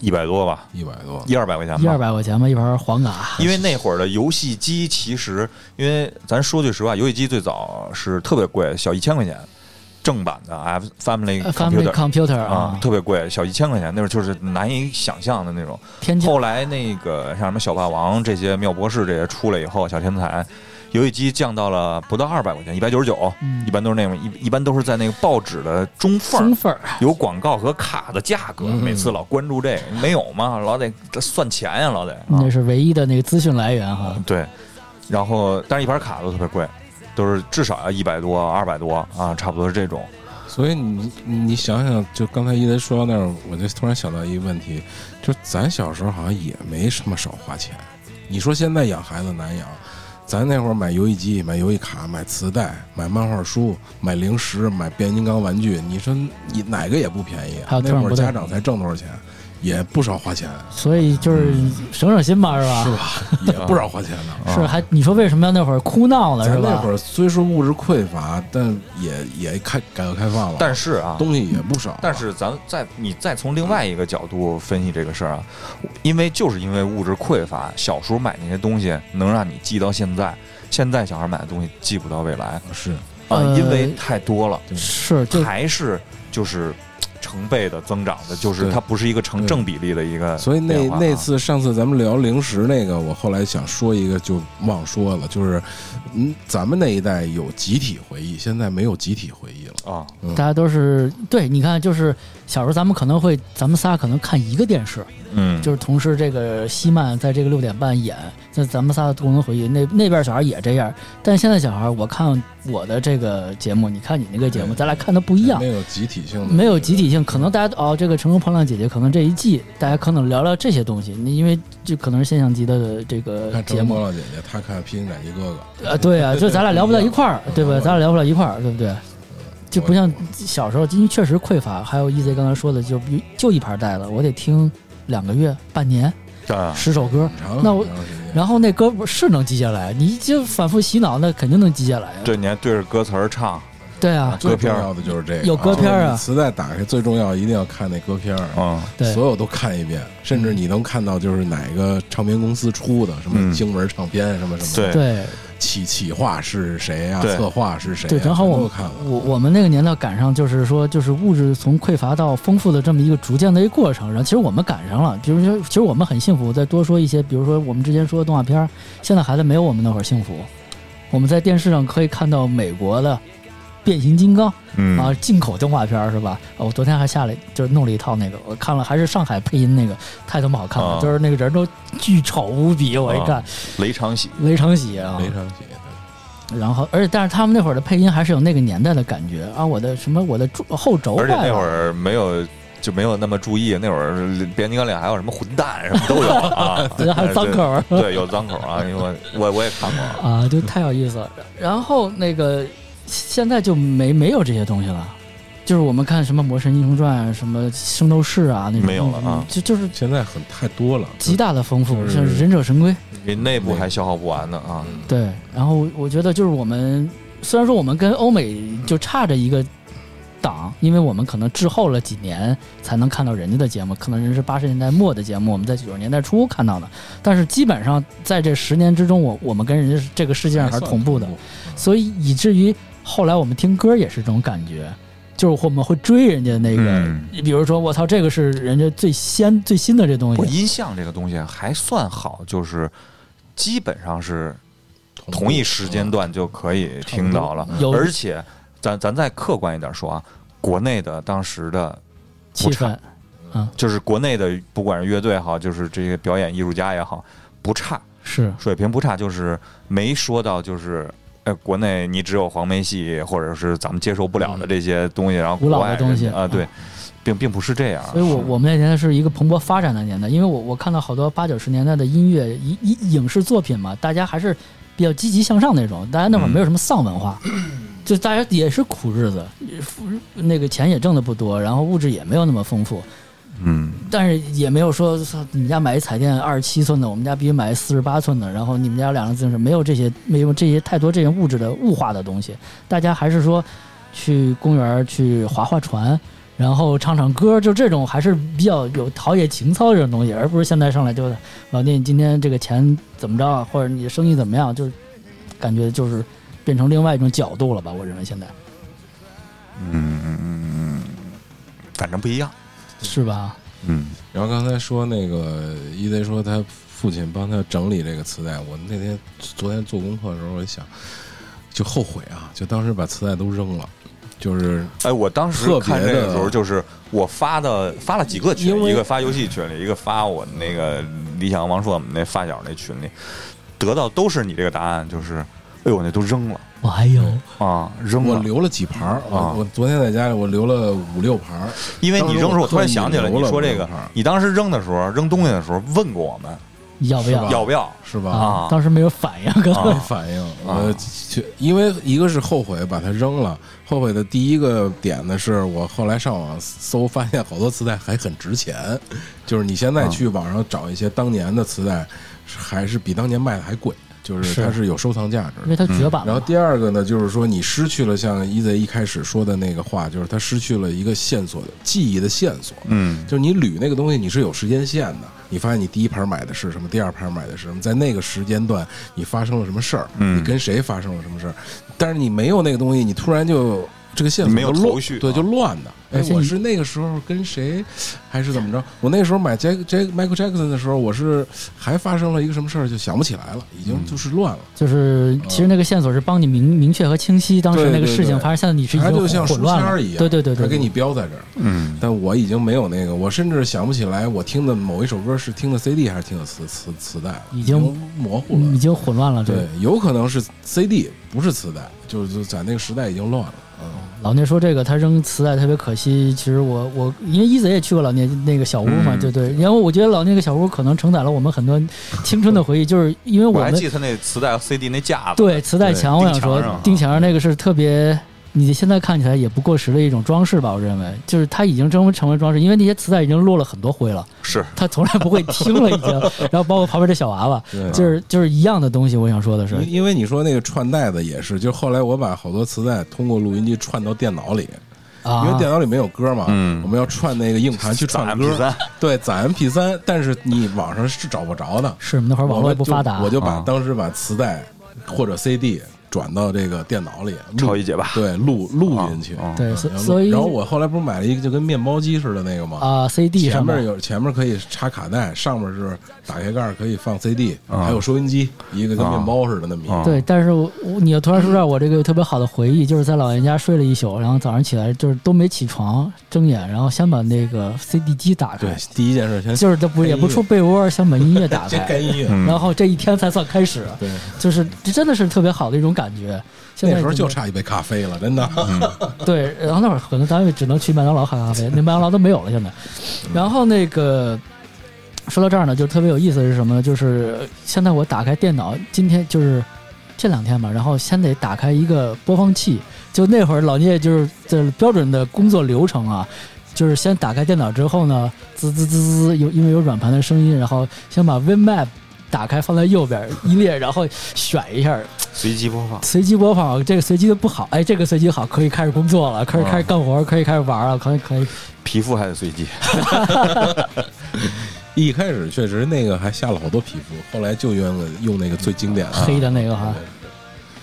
一百多吧，
一百多。
一二百块钱
一二
吧。
百块钱吧，一盘黄卡
因为那会儿的游戏机，其实因为咱说句实话，游戏机最早是特别贵，小一千块钱，正版的 F Family
呃 Family
Computer
Computer
啊
啊，，
特别贵，小一千块钱，那会儿就是难以想象的那种。
天价
后来那个像什么小霸王这些、妙博士这些出来以后，小天才，游戏机降到了不到二百块钱，一百九十九
嗯，
一般都是那种一一般都是在那个报纸的中缝
疯
儿
粉儿嗯
有广告和卡的价格，每次老关注这个，没有嘛，老得算钱呀，老得。啊
那是唯一的那个资讯来源哈。
对，然后但是一盘卡都特别贵，都是至少要一百多、二百多啊，差不多是这种。
所以你你想想，就刚才一人说到那儿，我就突然想到一个问题，就咱小时候好像也没什么少花钱。你说现在养孩子难养，咱那会儿买游戏机、买游戏卡、买磁带、买漫画书、买零食、买变形金刚玩具，你说你哪个也不便宜啊。
还有
那会
特朗普
儿
的
家长才挣多少钱，也不少花钱，
所以就是省省心吧，是吧？
是吧？也不少花钱呢。
嗯啊
是还你说为什么要那会儿哭闹呢？
咱
是
那
吧
会？儿虽说物质匮乏，但也也开改革开放了，
但
是
是啊，
东西也不少。
但是咱再你再从另外一个角度分析这个事儿啊，因为就是因为物质匮乏，小时候买那些东西能让你记到现在，现在小孩买的东西记不到未来
是
啊，
呃
因为太多了，
是就
还是就是成倍的增长的，就是
对
它不是一个成
对
正比例的一个变化啊。
所以那那次上次咱们聊零食那个，我后来想说一个就忘说了，就是，嗯，咱们那一代有集体回忆，现在没有集体回忆了。
啊，
大家都是对，你看就是小时候咱们可能会咱们仨可能看一个电视，
嗯，
就是同时这个西曼在这个六点半演，那咱们仨的共同回忆，那那边小孩也这样，但现在小孩，我看我的这个节目，你看你那个节目，
对
咱俩看的不一样
没，有集体性的，
没有集体性，可能大家都哦，这个《乘风破浪姐姐》可能这一季大家可能聊聊这些东西，你因为这可能是现象级的这个
看《
节
乘风破
目，
浪姐姐》，她看《披荆斩棘哥哥》，
呃，对
[laughs]
啊，就咱俩聊不到一块儿，对
嗯
吧？咱俩聊不到一块儿，对不对？就不像小时候，因为确实匮乏，还有一贼刚才说的，就就一盘带了，我得听两个月、半年、
啊
十首歌。
很长
那我
很长时间。
然后那歌不是能记下来，你就反复洗脑，那肯定能记下来呀。啊
对，你还对着歌词儿唱，
对啊，
最
歌
重
片儿
要的就是这个，
有歌片儿啊
就是你磁带打开最重要一定要看那歌片儿，
嗯，
对嗯
所有都看一遍，甚至你能看到就是哪个唱片公司出的，什
嗯
么经文唱片什么什么，
对
对
企企划是谁啊，
对
策划是谁啊，
对，正好
全
我
都
们
看了，
我我们那个年代赶上，就是说就是物质从匮乏到丰富的这么一个逐渐的一个过程，然后其实我们赶上了，比如说其实我们很幸福。再多说一些，比如说我们之前说的动画片儿，现在孩子没有我们那会儿幸福。我们在电视上可以看到美国的变形金刚。啊，
嗯，
进口动画片儿是吧？哦我昨天还下来就是弄了一套那个，我看了还是上海配音那个，太他妈好看了，
啊
就是那个人都巨丑无比，我一看、
啊雷长喜，
雷承喜啊，
没唱戏。
然后而且但是他们那会儿的配音还是有那个年代的感觉啊，我的什么我的柱后轴啊坏
而且那
了
会儿没有。就没有那么注意，那会儿变形金刚里还有什么混蛋什么都有啊
[laughs] ，对还有脏口儿
对，对有脏口儿啊，因为我我我也看过啊，
啊，就太有意思了。然后那个现在就没没有这些东西了。就是我们看什么《魔神英雄传》、啊什么《圣斗士》啊，那种
没有了啊
就就是
现在很太多了，
极大的丰富，
就是
像《忍者神龟》，
你内部还消耗不完呢啊，
对，然后我觉得就是我们虽然说我们跟欧美就差着一个档，因为我们可能滞后了几年才能看到人家的节目，可能人是八十年代末的节目，我们在九十年代初看到的，但是基本上在这十年之中，我我们跟人家是这个世界上还是同步
嗯
的，所以以至于后来我们听歌也是这种感觉。就是我们会追人家那个，
嗯
比如说我操，这个是人家最先最新的这东
不，
西，
音像这个东西还算好，就是基本上是
同
同一时间段就可以听到了
嗯有，
而且咱咱再客观一点说啊，国内的当时的
气氛
差就是国内的，不管是乐队也好，就是这些表演艺术家也好，不差，
是
水平不差，就是没说到就是。呃，国内你只有黄梅戏，或者是咱们接受不了
嗯
的这些东西，然后
古老
国
的
外人
东西
啊，对，并并不啊是这样。
所以我我们那年代是一个蓬勃发展的年代，因为我我看到好多八九十年代的音乐影影影视作品嘛，大家还是比较积极向上那种，大家那会儿
嗯
没有什么丧文化。就大家也是苦日子，那个钱也挣的不多，然后物质也没有那么丰富，
嗯，
但是也没有说操你们家买一彩电二十七寸的，我们家必须买四十八寸的，然后你们家有两辆自行车，没有这些，没有这些太多这些物质的物化的东西，大家还是说去公园儿去划划船，然后唱唱歌，就这种还是比较有陶冶情操这种东西，而不是现在上来就老聂你今天这个钱怎么着啊，或者你的生意怎么样，就是感觉就是变成另外一种角度了吧？我认为现在
反正不一样。
是吧？
嗯，
啊然后刚才说那个一贼说他父亲帮他整理这个磁带，我那天昨天做功课的时候，我就想，就后悔啊，就当时把磁带都扔了，就是
哎，我当时
特别
看这个
的
时候，就是我发的发了几个群
因，为
一个发游戏群里，一个发我那个理想王硕我们那发小那群里，得到都是你这个答案，就是哎呦，我那都扔了
我还有
啊，扔
我
了，
留了几盘儿，我、
啊
我昨天在家里我留了五六盘儿，
因为你扔的时候，我突然想起来，
当时我
你说这
留了
个
五盘儿，
你当时扔的时候，扔东西的时候问过我们
要不
是
要
吧？
要不要
是吧？
啊
当时没有反应，可能
没
啊
反应，
啊
我就因为一个是后悔把它扔了，后悔的第一个点呢是我后来上网搜发现好多磁带还很值钱，就是你现在
啊
去网上找一些当年的磁带，是还是比当年卖的还贵，就是
是
它是有收藏价
因
值
为
的。
它绝版
嗯
了
然后
嘛。
第二个呢，就是说你失去了像一贼一开始说的那个话，就是他失去了一个线索的记忆的线索。
嗯，
就是你捋那个东西，你是有时间线的。你发现你第一盘买的是什么，第二盘买的是什么，在那个时间段你发生了什么事儿，
嗯
你跟谁发生了什么事儿，但是你没有那个东西，你突然就这个线索
没有
就乱
头绪
对，
啊
就乱的。哎
而且，你
我是那个时候跟谁，还是怎么着？我那时候买 Jack Jack Michael Jackson 的时候，我是还发生了一个什么事儿，就想不起来了，已
嗯
经就是乱了。
就是其实那个线索是帮你明明确和清晰当时那个事情
对对对
发生，现在你是已
它就像
经
书
混乱
签儿
了
一样，，
对对对
它
对，
给
对
你标在这儿。
嗯，
但我已经没有那个，我甚至想不起来我听的某一首歌是听的 CD 还是听的磁磁磁带了，
已
已
经嗯
模糊
已
了。
经混乱了。这
对，有可能是 CD，不是磁带，就是就在那个时代已经乱了。
老聂说这个他扔磁带特别可惜，其实我我因为一子也去过老聂那个小屋嘛，
嗯
对对，然后我觉得老聂那个小屋可能承载了我们很多青春的回忆，就是因为我
我还
们
记得他那磁带和 CD 那架子，
对磁带墙，我
对
想说
钉墙上啊
钉墙上那个是特别你现在看起来也不过时的一种装饰吧，我认为，就是它已经真成为装饰，因为那些磁带已经落了很多灰了，
是
它从来不会听了已经。
[laughs]
然后包括旁边这小娃娃，
对
就是就是一样的东西。我想说的是，
因因为你说那个串带子也是，就后来我把好多磁带通过录音机串到电脑里，因为
啊
电，脑里没有歌嘛，
嗯
我们要串那个硬盘去
攒
串歌，
MP3
对，攒 MP 三，但是你网上是找不着的，
是那会儿
我
网络也
们
不
就
发达，
我就把
啊
当时把磁带或者 CD 转到这个电脑里，录
超一姐吧
对，录录进去。
啊
对，
然
所
后录
所以
然后我后来不是买了一个就跟面包机似的那个嘛，
啊，CD
前
上
面
面
有前面可以插卡带，上面是打开盖儿可以放 CD，
啊
还有收音机，一个跟
啊
面包似的那么一个
啊。
对，但是我我你要突然说让我这个有特别好的回忆，就是在姥爷家睡了一宿，然后早上起来就是都没起床，睁眼，然后先把那个 CD 机打
对
开，，
第一件事先
就是都不
开
也
音
不
乐
出被窝，先把音乐打
[laughs] 先
开
干，音乐。
嗯
然后这一天才算开始，
对，
就是这真的是特别好的一种感觉。现在
那时候
真
就
的
差一杯咖啡了，真的。
[laughs] 对，然后那会儿可能单位只能去麦当劳喝咖啡，那麦当劳都没有了现在。然后那个说到这儿呢，就特别有意思的是什么呢？就是现在我打开电脑，今天就是这两天吧，然后先得打开一个播放器。就那会儿老聂就是这标准的工作流程啊，就是先打开电脑之后呢，滋滋滋滋，有因为有软盘的声音，然后先把 WinMap 打开放在右边一列，然后选一下，
随机播放，
随机播放，这个随机的不好，哎，这个随机好，可以开始工作了，可以开始干活，可以开始玩了，可以可以，
皮肤还得随机，
[laughs] 一开始确实那个还下了好多皮肤，后来就用了用那个最经典的
啊黑的那个哈，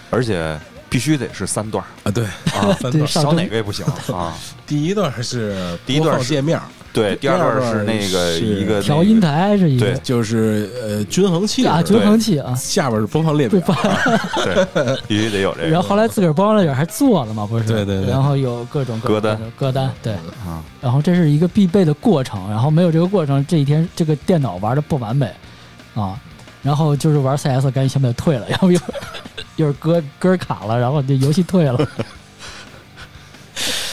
而且必须得是三段儿，
啊，对啊，三
对
段。
上
少
周
哪个也不行 [laughs] 啊。
第一段是
第一段
播
是
放界面，
对，第二段是那个
是
一个
调音，台是一个
对
就是呃均衡器
啊，
是
均
吧
衡器啊，
下边是播放列
对
表，
吧？
对，必须得有
[laughs]
这
然后
个。
后来自个儿播放了点，还做了嘛，不是？
对对对
然后有各种
歌单，
歌单对。
啊
然后这是一个必备的过程，然后没有这个过程，这一天这个电脑玩的不完美啊。然后就是玩 CS，赶紧先把它退了，要 [laughs] 不一会儿一会儿歌歌卡了，然后这游戏退了。 [laughs]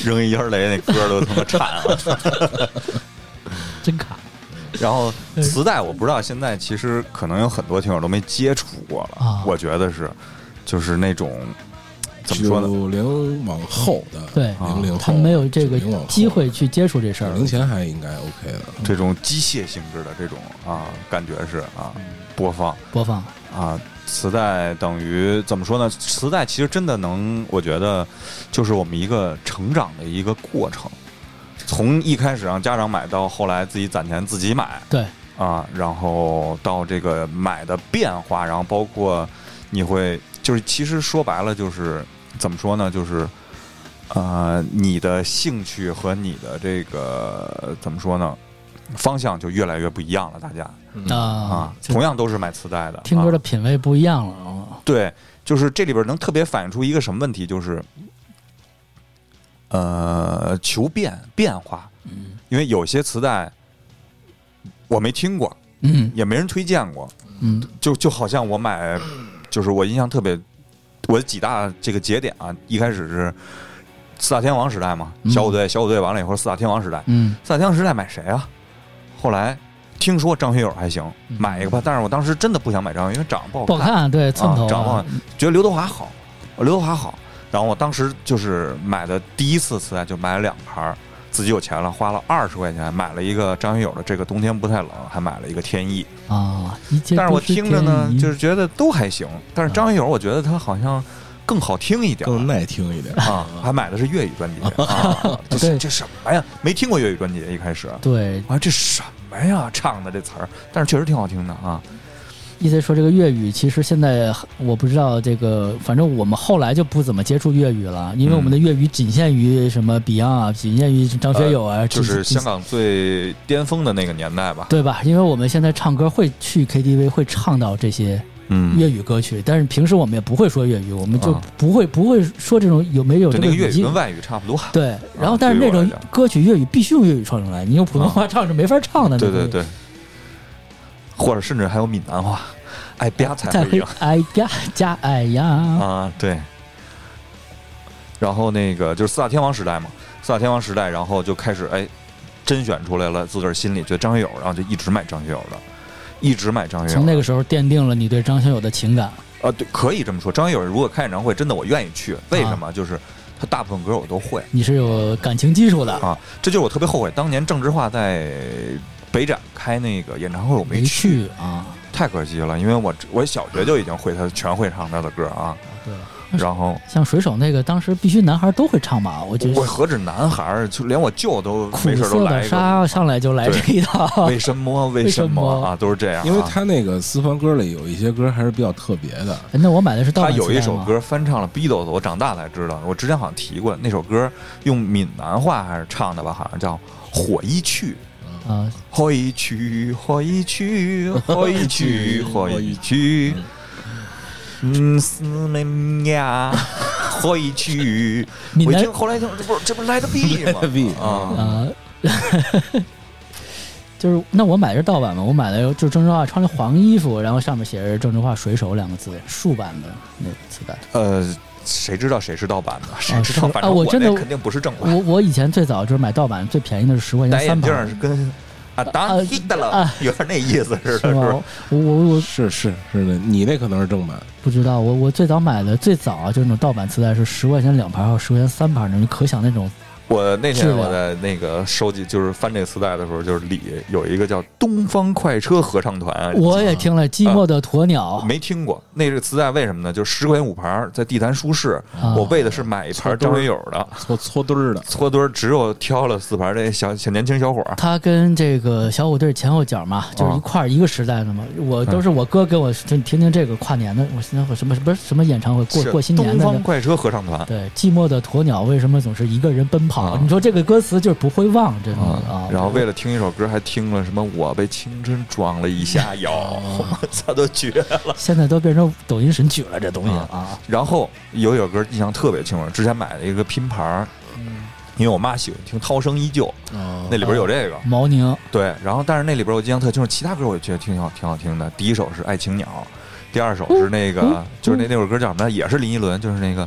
扔一烟雷那歌儿都他妈颤了。
[laughs] 真卡。
然后磁带我不知道，现在其实可能有很多听友都没接触过了。
啊
我觉得是，就是那种怎么说呢？
九零往后的，
啊
对
零零后
他没有这个
90往后
机会去接触这事
九
儿。
零前还应该 OK 的。
这种机械性质的这种啊，感觉是啊，播放
播放
啊，磁带等于怎么说呢？磁带其实真的能，我觉得就是我们一个成长的一个过程，从一开始让家长买到后来自己攒钱自己买，
对
啊，然后到这个买的变化，然后包括你会就是其实说白了就是怎么说呢？就是呃，你的兴趣和你的这个怎么说呢？方向就越来越不一样了，大家啊
啊，，就
同样都是买磁带的，
听歌
啊
的品味不一样了啊。
对，就是这里边能特别反映出一个什么问题，就是，呃，求变变化，
嗯
因为有些磁带我没听过，
嗯
也没人推荐过，
嗯
就就好像我买，就是我印象特别，我的几大这个节点啊，一开始是四大天王时代嘛，
嗯
小虎队，小虎队完了以后四大天王时代，
嗯
四大天王时代买谁啊？后来听说张学友还行，
嗯
买一个吧，但是我当时真的不想买张学友，因为长得不好
不好看，对，寸头
啊，
啊
长得觉得刘德华好，刘德华好。然后我当时就是买的第一次磁带，就买了两盘儿，自己有钱了，花了二十块钱买了一个张学友的《这个冬天不太冷》，还买了一个《天意
啊，一》。切
但是
都
我听着呢
天，意啊
就是觉得都还行。但是张学友，我觉得他好像更好听一点儿
更耐听一点。
啊，还买的是粤语专辑啊，这
对
是这什么呀？没听过粤语专辑，一开始。
对
啊，这什么呀？唱的这词儿，但是确实挺好听的啊。
意思说这个粤语，其实现在我不知道这个，反正我们后来就不怎么接触粤语了，
嗯
因为我们的粤语仅限于什么 Beyond 啊，仅限于张学友啊，
呃就
仅
是
仅
香港最巅峰的那个年代吧。
对吧？因为我们现在唱歌会去 KTV 会唱到这些
嗯，
粤语歌曲，但是平时我们也不会说粤语，我们就
啊
不会不会说这种有没有
对
哦这
那
个
个
语
粤语跟
境。
外语差不多。
对，然后
啊
但是
对
那
于我
种
来讲啊
歌曲粤语必须用粤语唱出来，你用普通话唱是没法唱的。
对
那
对
个，
对，或者甚至还有闽南话，哎吧才
再
会
会
赢
[laughs] 哎呀加哎呀，
啊，对。然后那个就是四大天王时代嘛，四大天王时代，然后就开始哎，甄选出来了，自个儿心里觉得张学友，然后就一直买张学友的，一直买张学友
从
的。
那个时候奠定了你对张学友的情感。
啊，对，可以这么说。张学友如果开演唱会，真的我愿意去，为什么？就是它大部分歌我都会
你是有感情基础的，
啊。这就是我特别后悔，当年郑智化在北展开那个演唱会我没
没
去，
去啊？
太可惜了，因为我我小学就已经会他全会唱他的歌啊。
对了，
然后
像水手那个，当时必须男孩都会唱吧？我觉
我
得
何止男孩儿，就连我舅都
苦
没事儿都
涩
来
的
一个。
沙上来就来
对
这一
[laughs]
套，
为什么？为
为
什
什么
么啊？都是这样啊、
因为他那个私房歌里有一些歌还是比较特别的，
[laughs] 哎那我买的是盗
他
版
有
磁
一
带
首
吗
歌翻唱了 Beatles，我长大才知道，我之前好像提过那首歌，用闽南话还是唱的吧，好像叫《火一去》。
啊，
火一去，火一去，火一去，火一去，嗯，思念呀，火一去。
闽
我一
南
听后来一听，这不是这不是来的 B
[laughs]
吗
B
啊，
啊， [laughs] 就是那我买的是盗版嘛，我买的就是郑智化穿着黄衣服，然后上面写着“郑智化水手”两个字，竖版的那个磁带。
呃，谁知道谁是盗版的？谁
啊
知道？
是
反
啊
正
我真的
那肯定不是正版
我。我以前最早就是买盗版，最便宜的是十块
戴
钱
眼
三
镜
盘
儿是跟啊，当
啊
黑的了
啊，
有点那意思似的，
是
是吧
吗？？我我我
是是是的，你那可能是正版，
不知道，我我最早买的最早就是那种盗版磁带是十块钱两盘，还有十块钱三盘的，你可想那种
我那
质
天
量
我在那个收集，就是翻这个磁带的时候，就是里有一个叫东方快车合唱团，
我也听了《寂寞的鸵鸟》
没听过。那个磁带为什么呢？就是十块钱五盘儿，在地坛书市，
啊
我为的是买一盘张学友的，
搓搓堆儿的。
搓堆儿只有挑了四盘儿这小小年轻小伙儿。
他跟这个小虎队前后脚
啊
嘛，就是一块儿一个时代的嘛。
嗯
我都是我哥给我听听听这个跨年的，我现在我什么不是什么演唱会过
是
过新年
东
的
方
那。
快车合唱团，
对，寂寞的鸵鸟为什么总是一个人奔跑？
啊
你说这个歌词就是不会忘，真的啊
啊。然后为了听一首歌，还听了什么我被青春撞了一下腰，
哦
我操都绝了。
现在都变成抖音神曲了，这东西
啊
啊，
然后有一首歌印象特别清楚，之前买了一个拼盘儿，
嗯
因为我妈喜欢听《涛声依旧》，那里边有这个。
毛宁
对，然后但是那里边我印象特清楚，其他歌我也觉得挺好，挺好听的。第一首是《爱情鸟》，第二首是那个，
嗯
就是那那首歌叫什么来，也是林依轮，就是那个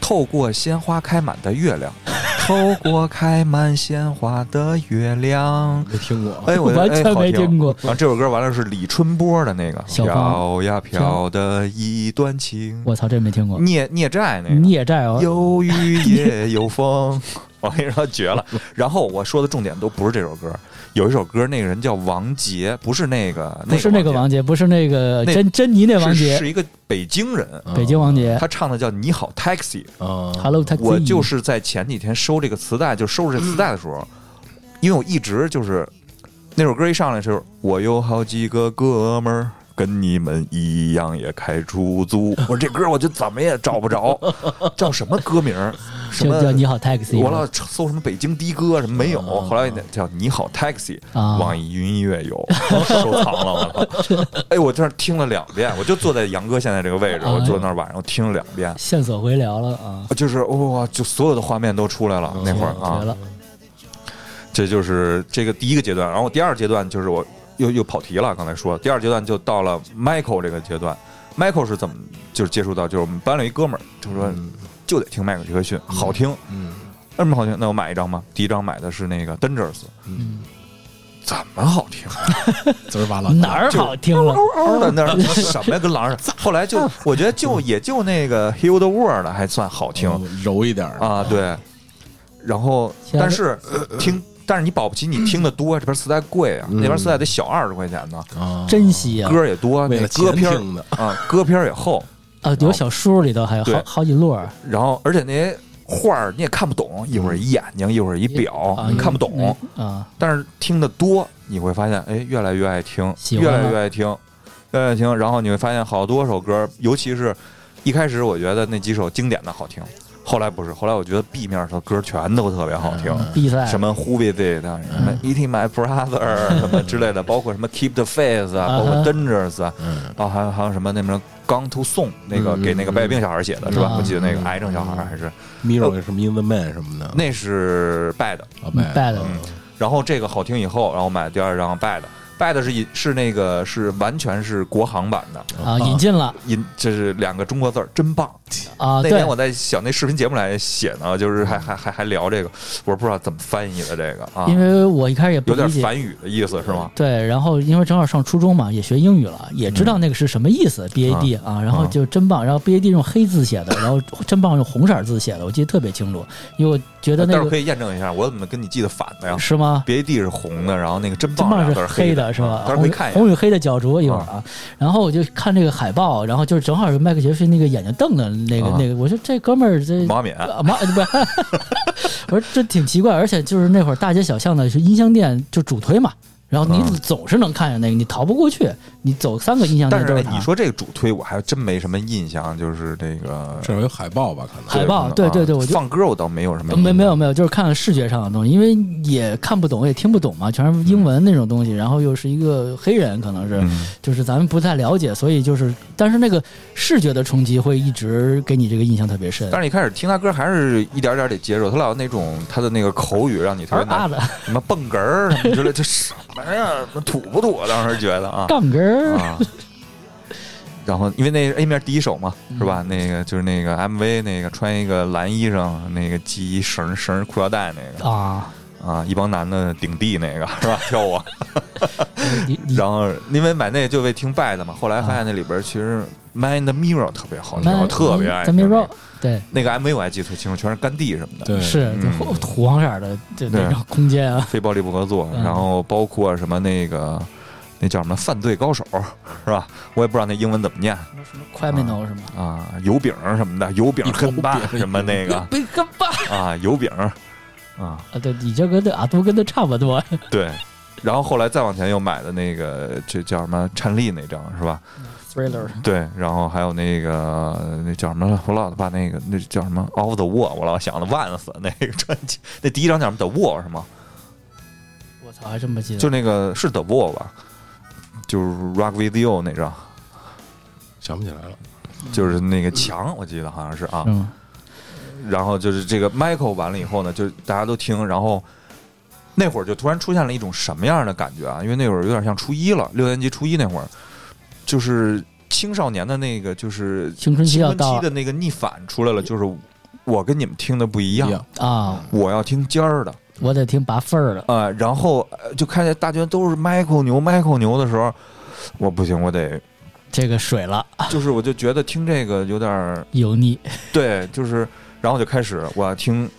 透过鲜花开满的月亮， [laughs] 透过开满鲜花的月亮。
没听过，
哎，我
完全
哎好
没听过
然后这首歌完了是李春波的那个
小芳
飘呀飘的一段情，
我操，这没听过。
孽孽债那个
孽债哦，
嗯有雨也
[laughs]
有风，我跟你说绝了。然后我说的重点都不是这首歌，有一首歌那个人叫王杰，不是那个，
不是那个
王
王杰，不是那个
那
珍珍妮那
杰，
王
是
杰，嗯
是一个 [laughs] 北京人，
北京王杰。
他唱的叫《你好 Taxi》。
啊
Hello Taxi，
我就是在前几天收这个磁带，就收拾这磁带的时候，因为我一直就是那首歌一上来就是我有好几个哥们儿。跟你们一样也开出租，我说这歌我就怎么也找不
[laughs]
着，叫什么歌名儿？什
就
么
叫你好 Taxi，
我老搜什么北京的哥啊什么没有，后来那叫你好 taxi，
啊
网易云音乐有收藏了，我
[laughs]
操！哎，我在那儿听了两遍，我就坐在杨哥现在这个位置，
啊
我坐那儿晚上我听了两遍，
线索回聊了啊，
就是哇，就所有的画面都出来了那会儿
绝
啊，
了，
这就是这个第一个阶段，然后第二阶段就是我又又跑题了，刚才说第二阶段就到了 Michael 这个阶段，Michael 是怎么就是接触到，就是我们班里一哥们儿就说
嗯
就得听迈克尔杰克逊，好听，
嗯，
那么好听，那我买一张吧。第一张买的是那个 Dangers，
嗯，
怎么好听？
滋儿哇啦的
哪儿好听了？
嗷的那儿什么呀，跟狼似的。后来就我觉得就也就那个 Heal the World 还算好听
嗯柔一点儿
啊，对。然后
其他的
但是听，但是你保不齐你听的多，这边磁带贵啊，
嗯
那边磁带得小二十块钱呢，
啊，
珍惜啊！
歌也多，
为
那
了
歌
钱
片
听
儿
的，
啊，歌片儿也厚，
啊，有小书里头还有
对
好好几摞儿
然后而且那些画儿你也看不懂，一会儿一眼睛，一会儿一表
啊，，
你
有
看不懂。
那啊，
但是听得多，你会发现，哎，越来越爱听，
喜
越
欢了
来越爱听，越来越爱听。然后你会发现好多首歌，尤其是一开始我觉得那几首经典的好听，后来不是，后来我觉得 B 面的歌全都特别好听。
比赛
嗯什么 Who Be They 的，什么 Eating My Brother 什么之类的，包括什么 Keep the Faith 啊，
啊
包
哈
括 Dangers 啊，
嗯，
然后还有还有什么那什么 Gone to Song 那个
嗯
给那个白血病小孩写的是吧
嗯？
我记得那个
嗯
癌症小孩还是
Mirror 什么 In the Man 什么的，
那是 Bad，
那
嗯 bad
然后这个好听以后，然后买第二张 Bad， ，BAT 是引是那个是完全是国行版的，
嗯
啊，引进了
引这是两个中国字儿，真棒。
啊，
那
对
天我在想那视频节目来写呢，就是还还还还聊这个，我不知道怎么翻译的这个啊，
因为我一开始也不
有点
理解。
梵语的意思是吗？
对，然后因为正好上初中嘛，也学英语了，
嗯
也知道那个是什么意思、b a d 啊，然后就真棒，然后 B A D 用黑字写的，然后真棒用红色字写的，我记得特别清楚，因为我觉得
待
那
会儿
个
可以验证一下，我怎么跟你记得反的呀
是吗？
？B A D 是红的，然后那个真
真
棒
棒
俩字
是
儿黑啊嗯
的是吧？
待会儿可以看一嗯下
红。与黑的角逐一会儿啊，然后我就看这个海报，然后就是正好是麦克杰菲那个眼睛瞪的那个
啊
那个，我说这哥们儿这
毛冕，
啊妈不是， [laughs] 我说这挺奇怪，而且就是那会儿大街小巷的是音像店就主推嘛，然后你
嗯
总是能看见那个，你逃不过去，你走三个音像
但
店
是
都
哎
是它
你。说这个主推我还真没什么印象，就是这个
至少有海报吧？可能
海报对
对
对对我就
啊放歌我倒没有什么印象，
没没有没有，就是看视觉上的东西，因为也看不懂也听不懂嘛，全是英文那种东西，然后又是一个黑人，可能是，
嗯，
就是咱们不太了解，所以就是，但是那个视觉的冲击会一直给你这个印象特别深。
但是你开始听他歌还是一点点得接受，他老有那种他的那个口语让你特
而
别
啊
难，
的
什么蹦哏儿什么之类，这什么呀？土不土？我当时觉得啊，
杠哏儿，
啊。然后，因为那 A 面第一首嘛，是吧？
嗯
那个就是那个 MV，那个穿一个蓝衣裳，那个系一绳绳裤腰带那个
啊，
啊，一帮男的顶地那个是吧？
[laughs]
跳舞。
你你
然后因为买那个就为听 Bad 嘛，后来发现那里边其实 Man in the Mirror 特别好听，我特别爱
嗯咱
听
别
那
说
个。，
对，
那个 MV 我还记得特清楚，全是甘地什么的，
对
是
嗯
就火土黄色儿的这
对
那
[laughs]
种空间啊，
非暴力不合作，
嗯
然后包括什么那个那叫什么犯罪高手是吧？我也不知道那英文怎么念，
什么 criminal 什么
啊，油饼儿什么的，油饼儿跟巴什么那
[laughs]
个
big b
啊，油饼儿啊，
啊，对，你这跟这阿杜跟他差不多， [laughs]
对。然后后来再往前又买的那个，这叫什么？颤栗那张是吧？
thriller
对，然后还有那个那叫什么了？我老把那个那叫什么《Off the Wall》，我老想的万死那个专辑，那第一张叫什么？The Wall 是吗？
我操，还真不记得，
就那个是 The Wall 吧？就是 Rock With You 那张，
想不起来了。
就是那个墙，我记得好像是啊。
是吗？
然后就是这个 Michael 完了以后呢，就是大家都听，然后那会儿就突然出现了一种什么样的感觉啊？因为那会儿有点像初一了，六年级初一那会儿，就是青少年的那个就是
青春期
青
要
春
到
期
了
的那个逆反出来了，就是我跟你们听的不一样，
一样
啊，
我要听尖儿的
我得听拔份儿的，
啊、呃然后呃就看见大家都是 Michael 牛 Michael 牛的时候，我不行，我得
这个水了，
就是我就觉得听这个有点儿
油腻
对，就是然后我就开始我要听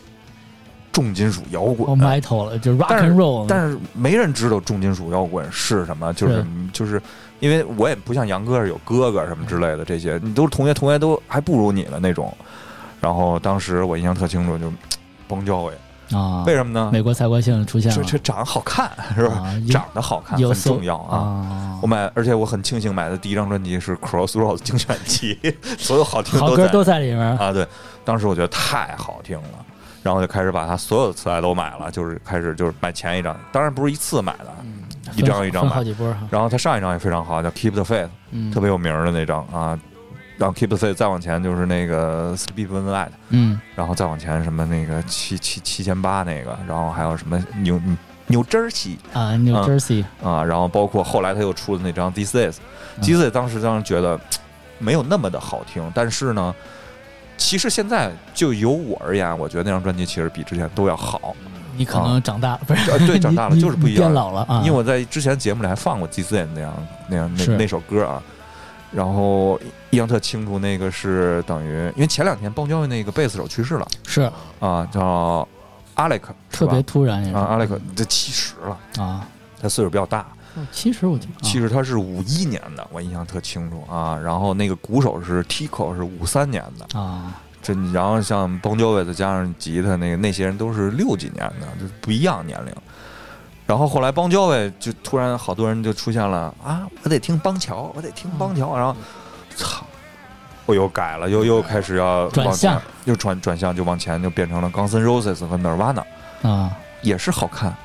重金属摇滚。
我哦埋头了，就 rock
但是
and roll，
但是没人知道重金属摇滚是什么，就是就是，因为我也不像杨哥有哥哥什么之类的这些，你都是同学，同学都还不如你了那种。然后当时我印象特清楚，就崩教委，
啊
为，什么呢？
美国赛国性出现
这
了，
这长得好看是吧？
啊有
长得好看
有
很
所
重要啊！
啊
我，买，而且我很庆幸买的第一张专辑是 Crossroads 精选集， [laughs] 所有好听
好
都
歌
在
都在里面儿
[laughs] 啊，对，当时我觉得太好听了，然后就开始把他所有的磁带都买了，就是开始就是买前一张，当然不是一次买的，一张一张
嗯分好
买。
几波哈，
然后他上一张也非常好，叫《Keep the Faith》，
嗯，
特别有名儿的那张啊。然后《Keep the Faith》再往前就是那个《Speed with Light》，
嗯
然后再往前什么那个七七七千八那个，然后还有什么纽纽 Jersey
啊，New
啊
Jersey
啊，然后包括后来他又出的那张《This Is》，《
嗯
This Is》当时当时觉得嘖没有那么的好听，但是呢，其实现在就由我而言，啊我觉得那张专辑其实比之前都
[laughs]
要好。
你可能长大 [laughs] 不是？
呃，对，
你
长大了
你
就是不一
你变
样。
老了啊，
因为我在之前节目里还放过《This Is》那样那样那
是
那首歌啊，然后印象特清楚，那个是等于因为前两天邦交那个贝斯手去世了
是
啊，叫 Alec，是
特
吧
别突然也是
啊，Alec 这七十了，
啊，
他岁数比较大。
其实我就
其实他是五一年的，我印象特清楚啊。然后那个鼓手是 Tico，是五三年的。
啊
这然后像 Bon Jovi 再加上吉他那个那些人都是六几年的，就是不一样年龄。然后后来邦交委就突然好多人就出现了啊，我得听邦乔，我得听邦乔，然后操，我又改了，又又开始要往前
转向，
又转转向就往前就变成了 Guns N' Roses 和 Nirvana，
啊
也是好看，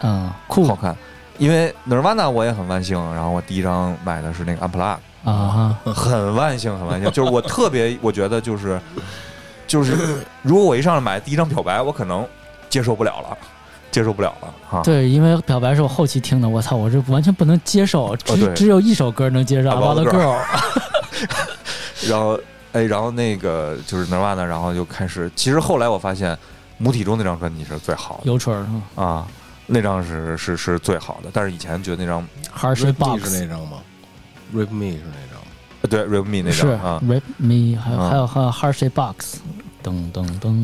啊酷
好
啊
看。因为 Nirvana 我也很万幸，然后我第一张买的是那个 Unplugged，
啊哈
啊很万幸，很万幸。 [laughs] 就是我特别，我觉得就是就是，如果我一上来买第一张表白，我可能接受不了了。接受不了了啊。
对，因为表白是我后期听的，我操，我这完全不能接受，只、
哦对啊
只有一首歌能接受，《
About
About
the
the Girl》。
然后哎，然后那个就是 Nirvana，然后就开始。其实后来我发现，母体中那张专辑是最好
有蠢儿，嗯
的啊，那张是是是最好的。但是以前觉得那张
，Hard Shape
Me 是
Box
那张吗？Rip Me 是那张吗？
呃对 r e a d Me 那
是
张啊，
Rip Me，还有
嗯
还有还有 Hard Shape Box，噔噔噔，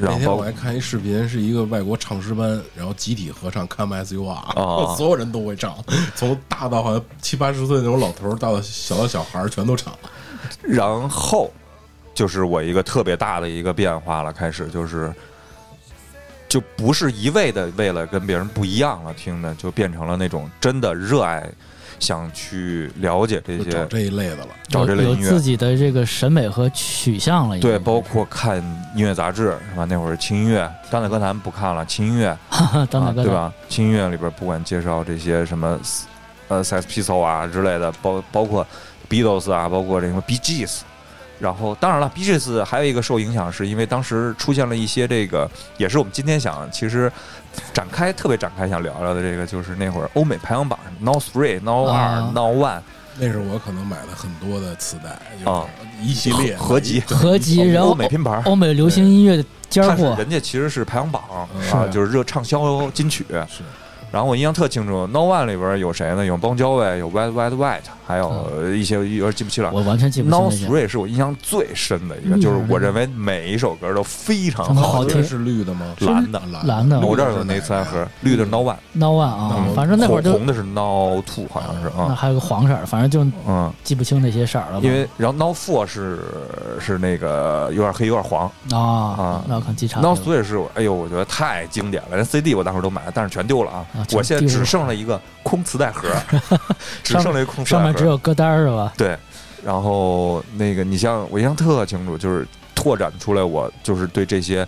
然
那天
后
我还看一视频，是一个外国唱诗班，然后集体合唱《Come As You Are》，
哦
[laughs] 所有人都会唱，从大到好像七八十岁那种老头儿，到小到小孩儿全都唱。
然后就是我一个特别大的一个变化了，开始就是就不是一味的为了跟别人不一样了听的，就变成了那种真的热爱，想去了解这
就找
些，
这一类的了。
找这类
有有
音
自
乐。
己的这个审美和取向了已经，
对，
[laughs]
包括看音乐杂志是吧？那会儿轻音乐，当代歌坛不看了，轻音乐
当
啊
大，哥
对
的
吧？轻音乐里边不管介绍这些什么，呃，Sex p i s t o 啊之类的，包包括 Beatles 啊，包括这个 B G S，然后当然了，B G S 还有一个受影响，是因为当时出现了一些这个，也是我们今天想其实展开特别展开想聊聊的这个，就是那会儿欧美排行榜 n o Three、n o 二、
啊
n o One
那是我可能买了很多的磁带，
啊
就是一系列
合合集
合集，然后
欧美拼盘。
欧美流行音乐的尖儿
但是
货，
人家其实是排行榜
是
啊，就是热畅销金曲。
是
然后我印象特清楚，《No One》里边有谁呢？有邦交位，有 White White White，还有一些有点记不清了。
嗯我完全记不
n
清那些。
o Three 是我印象最深的一个，
嗯
就是我认为每一首歌都非常
非常
好
好
听
听。
这是绿的吗？
蓝的啊
蓝
蓝的
我这儿
是
有
哪
那
个
三
呀
盒，绿的是 No One，
No One 啊，
嗯
反正那会儿就
红的是 No Two，好像是
那
啊，
还有个黄色儿，反正就
嗯，
记不清那些色儿了吧。
因为然后 No Four 是是那个有点黑有点黄
啊
啊，
那我看机场
n o Three 是我哎呦，我觉得太经典了，连 CD 我当时都买了，但是全丢了啊
啊，全
我现在
丢
只
了
剩了一个空磁带盒，
[laughs]
只剩了一个空磁带
上
盒，
面只有歌单儿是吧？
对，然后那个你像我印象特清楚，就是拓展出来我就是对这些，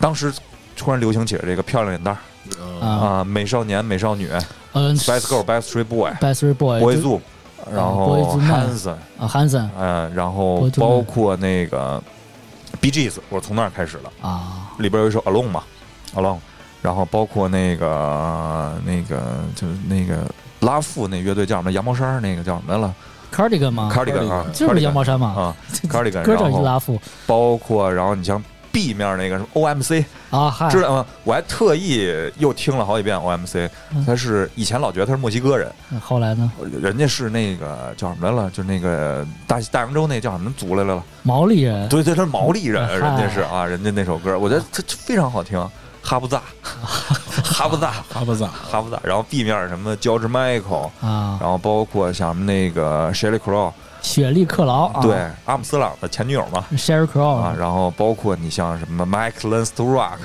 当时突然流行起了这个漂亮脸蛋儿
嗯，
啊，
啊、美少年、美少女、
嗯
Spice Girl、Backstreet Boy、
Backstreet Boy、
Boy Zoo，然后
啊 Boyz II Man
Hanson，
啊，Hanson
嗯，然
Boyz
后
II Man
包括那个 B G S，我是从那儿开始的，
啊，
里边有一首 Alone 嘛，Alone，然后包括那个那个就是那个拉夫那乐队叫什么羊毛衫儿那个叫什么来了
Cardigan 吗？
，Cardigan 啊，
就是羊毛衫嘛，
啊
[laughs]
，Cardigan，
歌叫
然
伊
后
拉夫
包括然后你像 B 面那个什么 OMC，
啊，嗨，
知道吗？我还特意又听了好几遍 OMC，
嗯
他是以前老觉得他是墨西哥人，
嗯后来呢？
人家是那个叫什么来了，就是那个大大洋洲那叫什么族来了，
毛利人
对对，他是毛利人，
嗨
人家是啊，人家那首歌我觉得他非常好听，
[laughs]
哈布扎，哈布扎，
哈巴赞，
哈布扎，然后 B 面什么 George Michael，
啊，
然后包括像什么那个 Shelly Crow，
雪莉克劳啊，
对，阿姆斯朗的前女友嘛。
，Sherry
啊，
Crow，
然后包括你像什么 Mike Learns to Rock，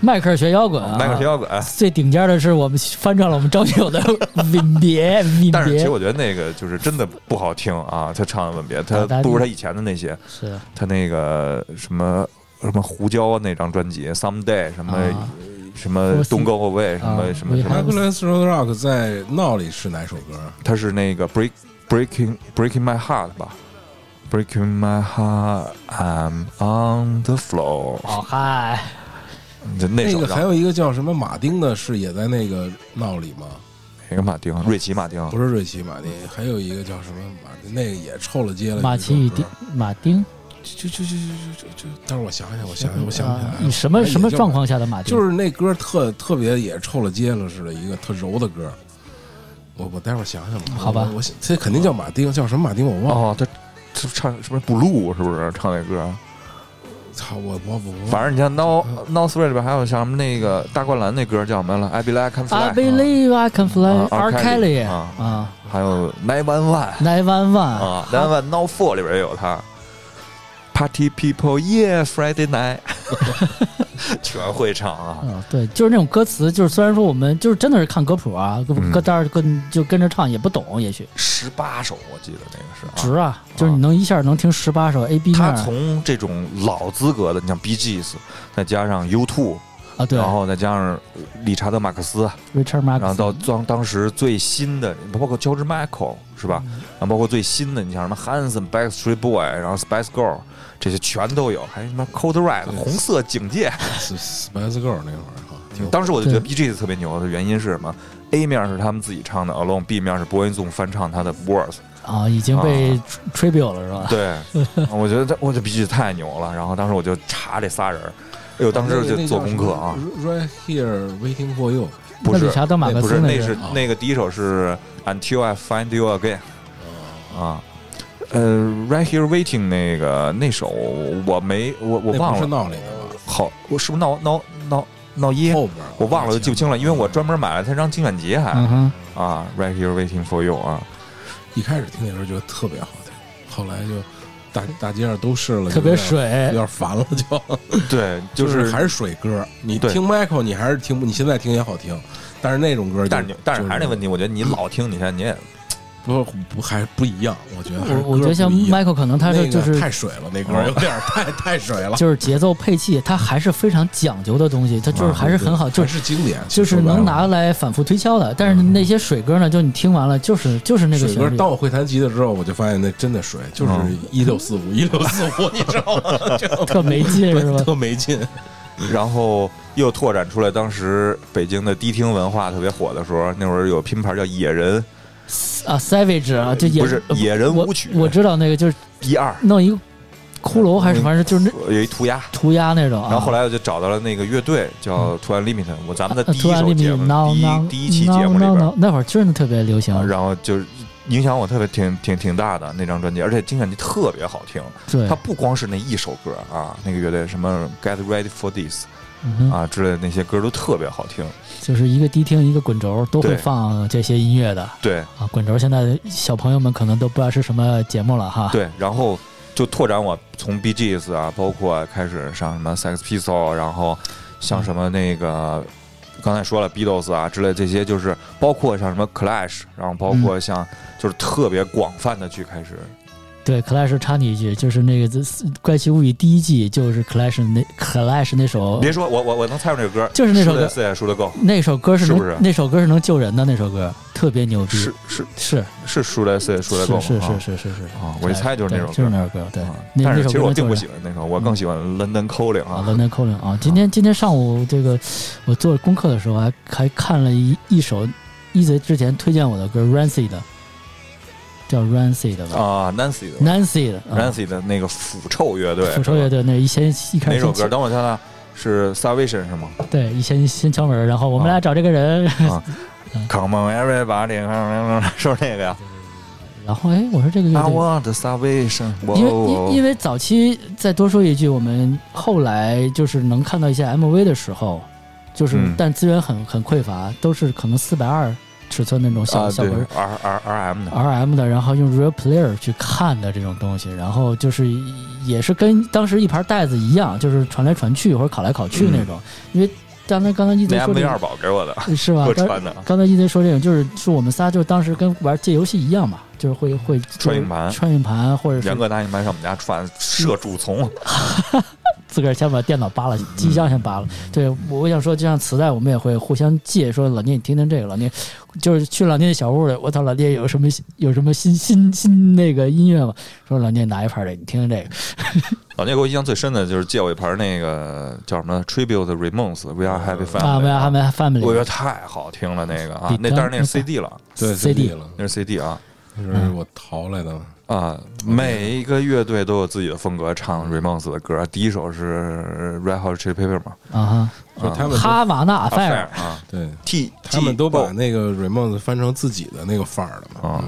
迈克尔学摇滚啊，
迈克尔·摇滚。
最顶尖的是我们翻唱了我们张学友的《吻别》，吻
但是其
别
实我觉得那个就是真的不好听啊，他唱的吻别，他不如他以前的那些，
是
他那个什么什么胡椒啊那张专辑《Someday》什么、
啊
什么 Don't Go Away 什么、
啊
什么什
嗯
么，
Happiness Road Rock 在闹里是哪首歌？啊
他是那个 Break Breaking Breaking My Heart 吧，Breaking My Heart I'm on the floor，、
哦嗨，
就那
那
首
个还
让
有一个叫什么马丁的，是也在那个闹里吗？
哪个马丁？瑞奇马丁。
不是瑞奇马丁，还有一个叫什么马丁，那个也臭了街了。
马奇与丁
嗯
马丁，
就就就就就就，但是我想想，我想想，嗯我想不起
啊
来，
你
了。哎
什么什么状况下的马丁？
就是那歌特特别也臭了街了似的，一个特柔的歌。我我待会儿想想吧。
好吧
我我这肯定叫马丁，叫什么马丁我忘了。
哦，他他唱什么 Blue 是不是唱那歌？
操，我我我我
反正你像 No No Three 里边还有像什么那个大灌篮那歌叫什么来了？I Believe I Can
I
Fly，
believe I can fly
啊，R.
R.
Kelly，
Kelly
啊
啊
还有 Nine One
，Nine One
One
One
啊，Nine One No Four 里边也有他。Party people, yeah, Friday night，全会唱啊！
嗯，对，就是那种歌词，就是虽然说我们就是真的是看歌谱啊，歌
嗯
歌单儿跟就跟着唱也不懂，也许
十八首我记得那个是啊。
值啊，就是你能一下能听十八首 A B 面
啊他
儿
从这种老资格的，你像 B G S，再加上 U Two，
啊，对
然后再加上理查德马克思，
，Richard Marx，
然后到当当时最新的，包括 George Michael 是吧？然后包括最新的，你像什么 Hanson、Backstreet Boy，然后 Spice Girl，这些全都有，还有什么 Code Red
对
红色警戒，
Spice Girl 那会儿哈，挺
当时我就觉得
对
B G 特别牛的原因是什么？A 面是他们自己唱的 Alone，B 面是 Boy z o n 翻唱他的 Worth。
啊，已经被 tribute 了是吧？
对，我觉得这我这 B G 太牛了。然后当时我就查这仨人儿，哎呦，当时就做功课啊，
，Right here waiting for you，
不
那理
是
查德马克
那不
思
是，那
个
是
啊
那个第一首是 Until I Find You Again 啊，呃，Right Here Waiting 那个那首我没我我
那不
忘
是
了，
闹里的吧？
好，我是不是闹闹闹闹耶？
哦
后边儿
我忘了就记不清了，因为我专门买了他张精选集还
嗯哼，
啊，Right Here Waiting for You 啊，
一开始听那时候觉得特别好听，后来就大大街上都是了，
特别
就有点有
水，
点烦了就。
对，
就
[laughs] 就是
还是水歌。你
对
听 Michael，你还是听不，你现在听也好听，但是那种歌就，
但是你但是还是那问
题，
题，我觉得你老听，你现在你也
不不还不一样，我觉得还是
我我
歌
觉得像
不一样
Michael 可能他
那
是
个
就是
太水了，那歌
哦
有点儿太太水了，
就是节奏配器，它还是非常讲究的东西，它
啊
就是还是很 [laughs] 好，就
还
是
是经典，其
就
实
是
说白
能
了
拿来反复推敲的。但是那些水歌呢，就你听完了，就是就是那个
水
旋
歌
律。
到会弹吉的时候，我就发现那真的水，就是
嗯
一六四五一六四
[laughs]
五，你知道吗？就
特没
[laughs]
劲是吧
特没劲。
然后又拓展出来，当时北京的迪厅文化特别火的时候，那会儿有拼盘叫野人，
啊，Savage 啊，这野
不是
呃
野人
我
舞曲
我知道那个就是
B 二
弄一个骷髅
嗯
还是反正就是那
有一涂鸦，
涂鸦那种啊。嗯
然后后来我就找到了那个乐队叫 t w i n Limit，我咱们的第一
突然
首
呃那
节目，
no
第
no
一第一期节
no
目里
no
边
no，那会儿真的特别流行，
啊，然后就是影响我特别挺挺挺大的那张专辑，而且精选集特别好听，
对
它，不光是那一首歌啊，那个乐队什么 Get Ready for This
嗯哼，
啊之类的那些歌都特别好听，
就是一个低听一个滚轴都会
对
放这些音乐的
对
啊。滚轴现在小朋友们可能都不知道是什么节目了哈。
对，然后。就拓展我从 B G S 啊，包括开始上什么 Sex Pistols，然后像什么那个刚才说了 Beatles 啊之类这些，就是包括像什么 Clash，然后包括像就是特别广泛的去开始
嗯对，Clash 插你一句，就是那个《怪奇物语》第一季，就是 Clash 那 Clash 那首
别说，我我我能猜出这个歌，
哦就是那首歌
四也输的够，
那首歌是
是
能
不是
那首歌是能救人的那首歌，特别牛逼，
是是
是
是输的四也输的够
是
吗？
是
啊
是是是是。
啊，我一猜就是那首
对
歌，
就是那首歌，对
啊。
那
但
那
是
首
其
歌
实我并
能救
不
人
喜欢那首，我更喜欢 London Calling
啊，
啊
伦敦 calling 啊！今天今天上午这个我做功课的时候还还看了一一首一贼之前推荐我的歌 Rancid，的叫 Rancid 的吧、
啊，Nancy 的
n a n c y 的、啊、
Nancy 的那个腐臭乐队，
复仇乐队那一先一开
哪
始
首
先
歌？
敲
等会儿看看是 Salvation 是吗
对一先先敲门，然后我们
啊
俩找这个人，嗯
？Come on everybody，是 [laughs] 不是那个呀
然后哎，我说这个乐
？I
队。
want salvation，哦
因为因因
为
为早期再多说一句，我们后来就是能看到一些 MV 的时候，就是、
嗯
但资源很很匮乏，都是可能四百二尺寸那种小、
啊
小
对
本儿啊
R R R M 的
R M 的，然后用 Real Player 去看的这种东西，然后就是也是跟当时一盘带子一样，就是传来传去或者拷来拷去那种。因为刚才刚才一贼
那
说
MV
这
二宝给我的，
个是
给
吧
我？
刚
穿的。
刚才一贼说这种，就是是我们仨就当时跟玩借游戏一样嘛，就是会会
穿硬盘
穿硬盘或者
严
是嗯
格拿硬盘上我们家串射蛀虫，
自个儿先把电脑扒了，机箱先扒了。对，我想说，就像磁带，我们也会互相借，说老聂你听听这个，老聂就是去老聂小屋里，我操，老聂有什么有什么新新新那个音乐吗？说老聂拿一盘儿这，你听听这个。
老聂给我印象最深的就是借我一盘那个叫什么 Tribute Ramones We Are Happy
啊，没
Family，
有，还没 family，啊
我觉得太好听了那个啊
比，
那
当
但是那是
那
CD 了，
对
CD
了，
那是 CD 啊
那是我淘来的。
啊，每一个乐队都有自己的风格唱 Ramones 的歌，第一首是 Red Hot Chili Pepper 嘛，
啊
就他
啊
们
哈，
都
哈瓦那
Affair
fire，
啊
对，
，T
他们都
T-
把那个 Ramones 翻成自己的那个范儿了嘛，嗯
啊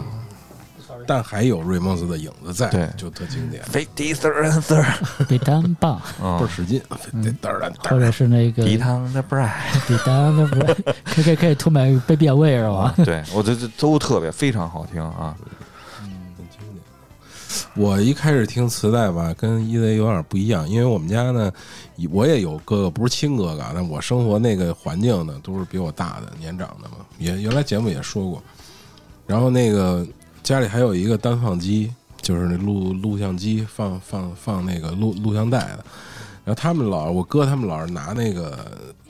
但还有 Ramones 的影子在，
对
就特经典，
Fake This or Answer
比单
[laughs]
棒，
啊
倍儿使劲，得嘚儿嘚
或
儿
者是那
[laughs]
个
迪
比
他们的 Bride，
单，那不是 K K K to my baby away 是吧？
对我觉得都特别非常好听啊，
很经典。我一开始听磁带吧，跟一 Z 有点不一样，因为我们家呢，我也有哥哥，不是亲哥哥啊，但我生活那个环境呢，都是比我大的年长的嘛。也原来节目也说过，然后那个家里还有一个单放机，就是那录录像机放放放那个录录像带的。然后他们老我哥他们老是拿那个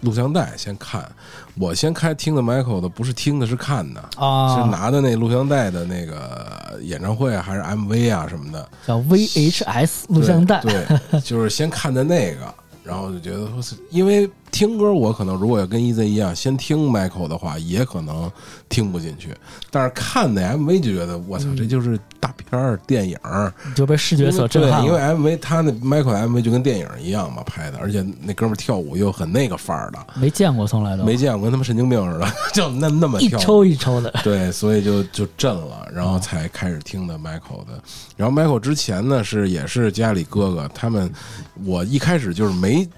录像带先看，我先开听的 Michael 的，不是听的是看的是
啊，
拿的那录像带的那个演唱会啊还是 MV 啊什么的
叫 VHS 录像带，
对，对就是先看的那个，然后就觉得说是因为听歌我可能如果要跟 EZ 一样，先听 Michael 的话，也可能听不进去。但是看那 MV 就觉得，我操，
嗯
这就是大片儿、电影儿，
你就被视
因
觉
为
所
对
震撼
因为
了。
MV 他那 Michael 的 MV 就跟电影一样嘛拍的，而且那哥们儿跳舞又很那个范儿的，
没见过从来都
没见过跟他们神经病似的， [laughs] 就那那么
一
跳舞。
抽一抽
[laughs]
的，
对，所以就就震了，然后才开始听的 Michael 的。然后 Michael 之前呢是也是家里哥哥他们，我一开始就是没，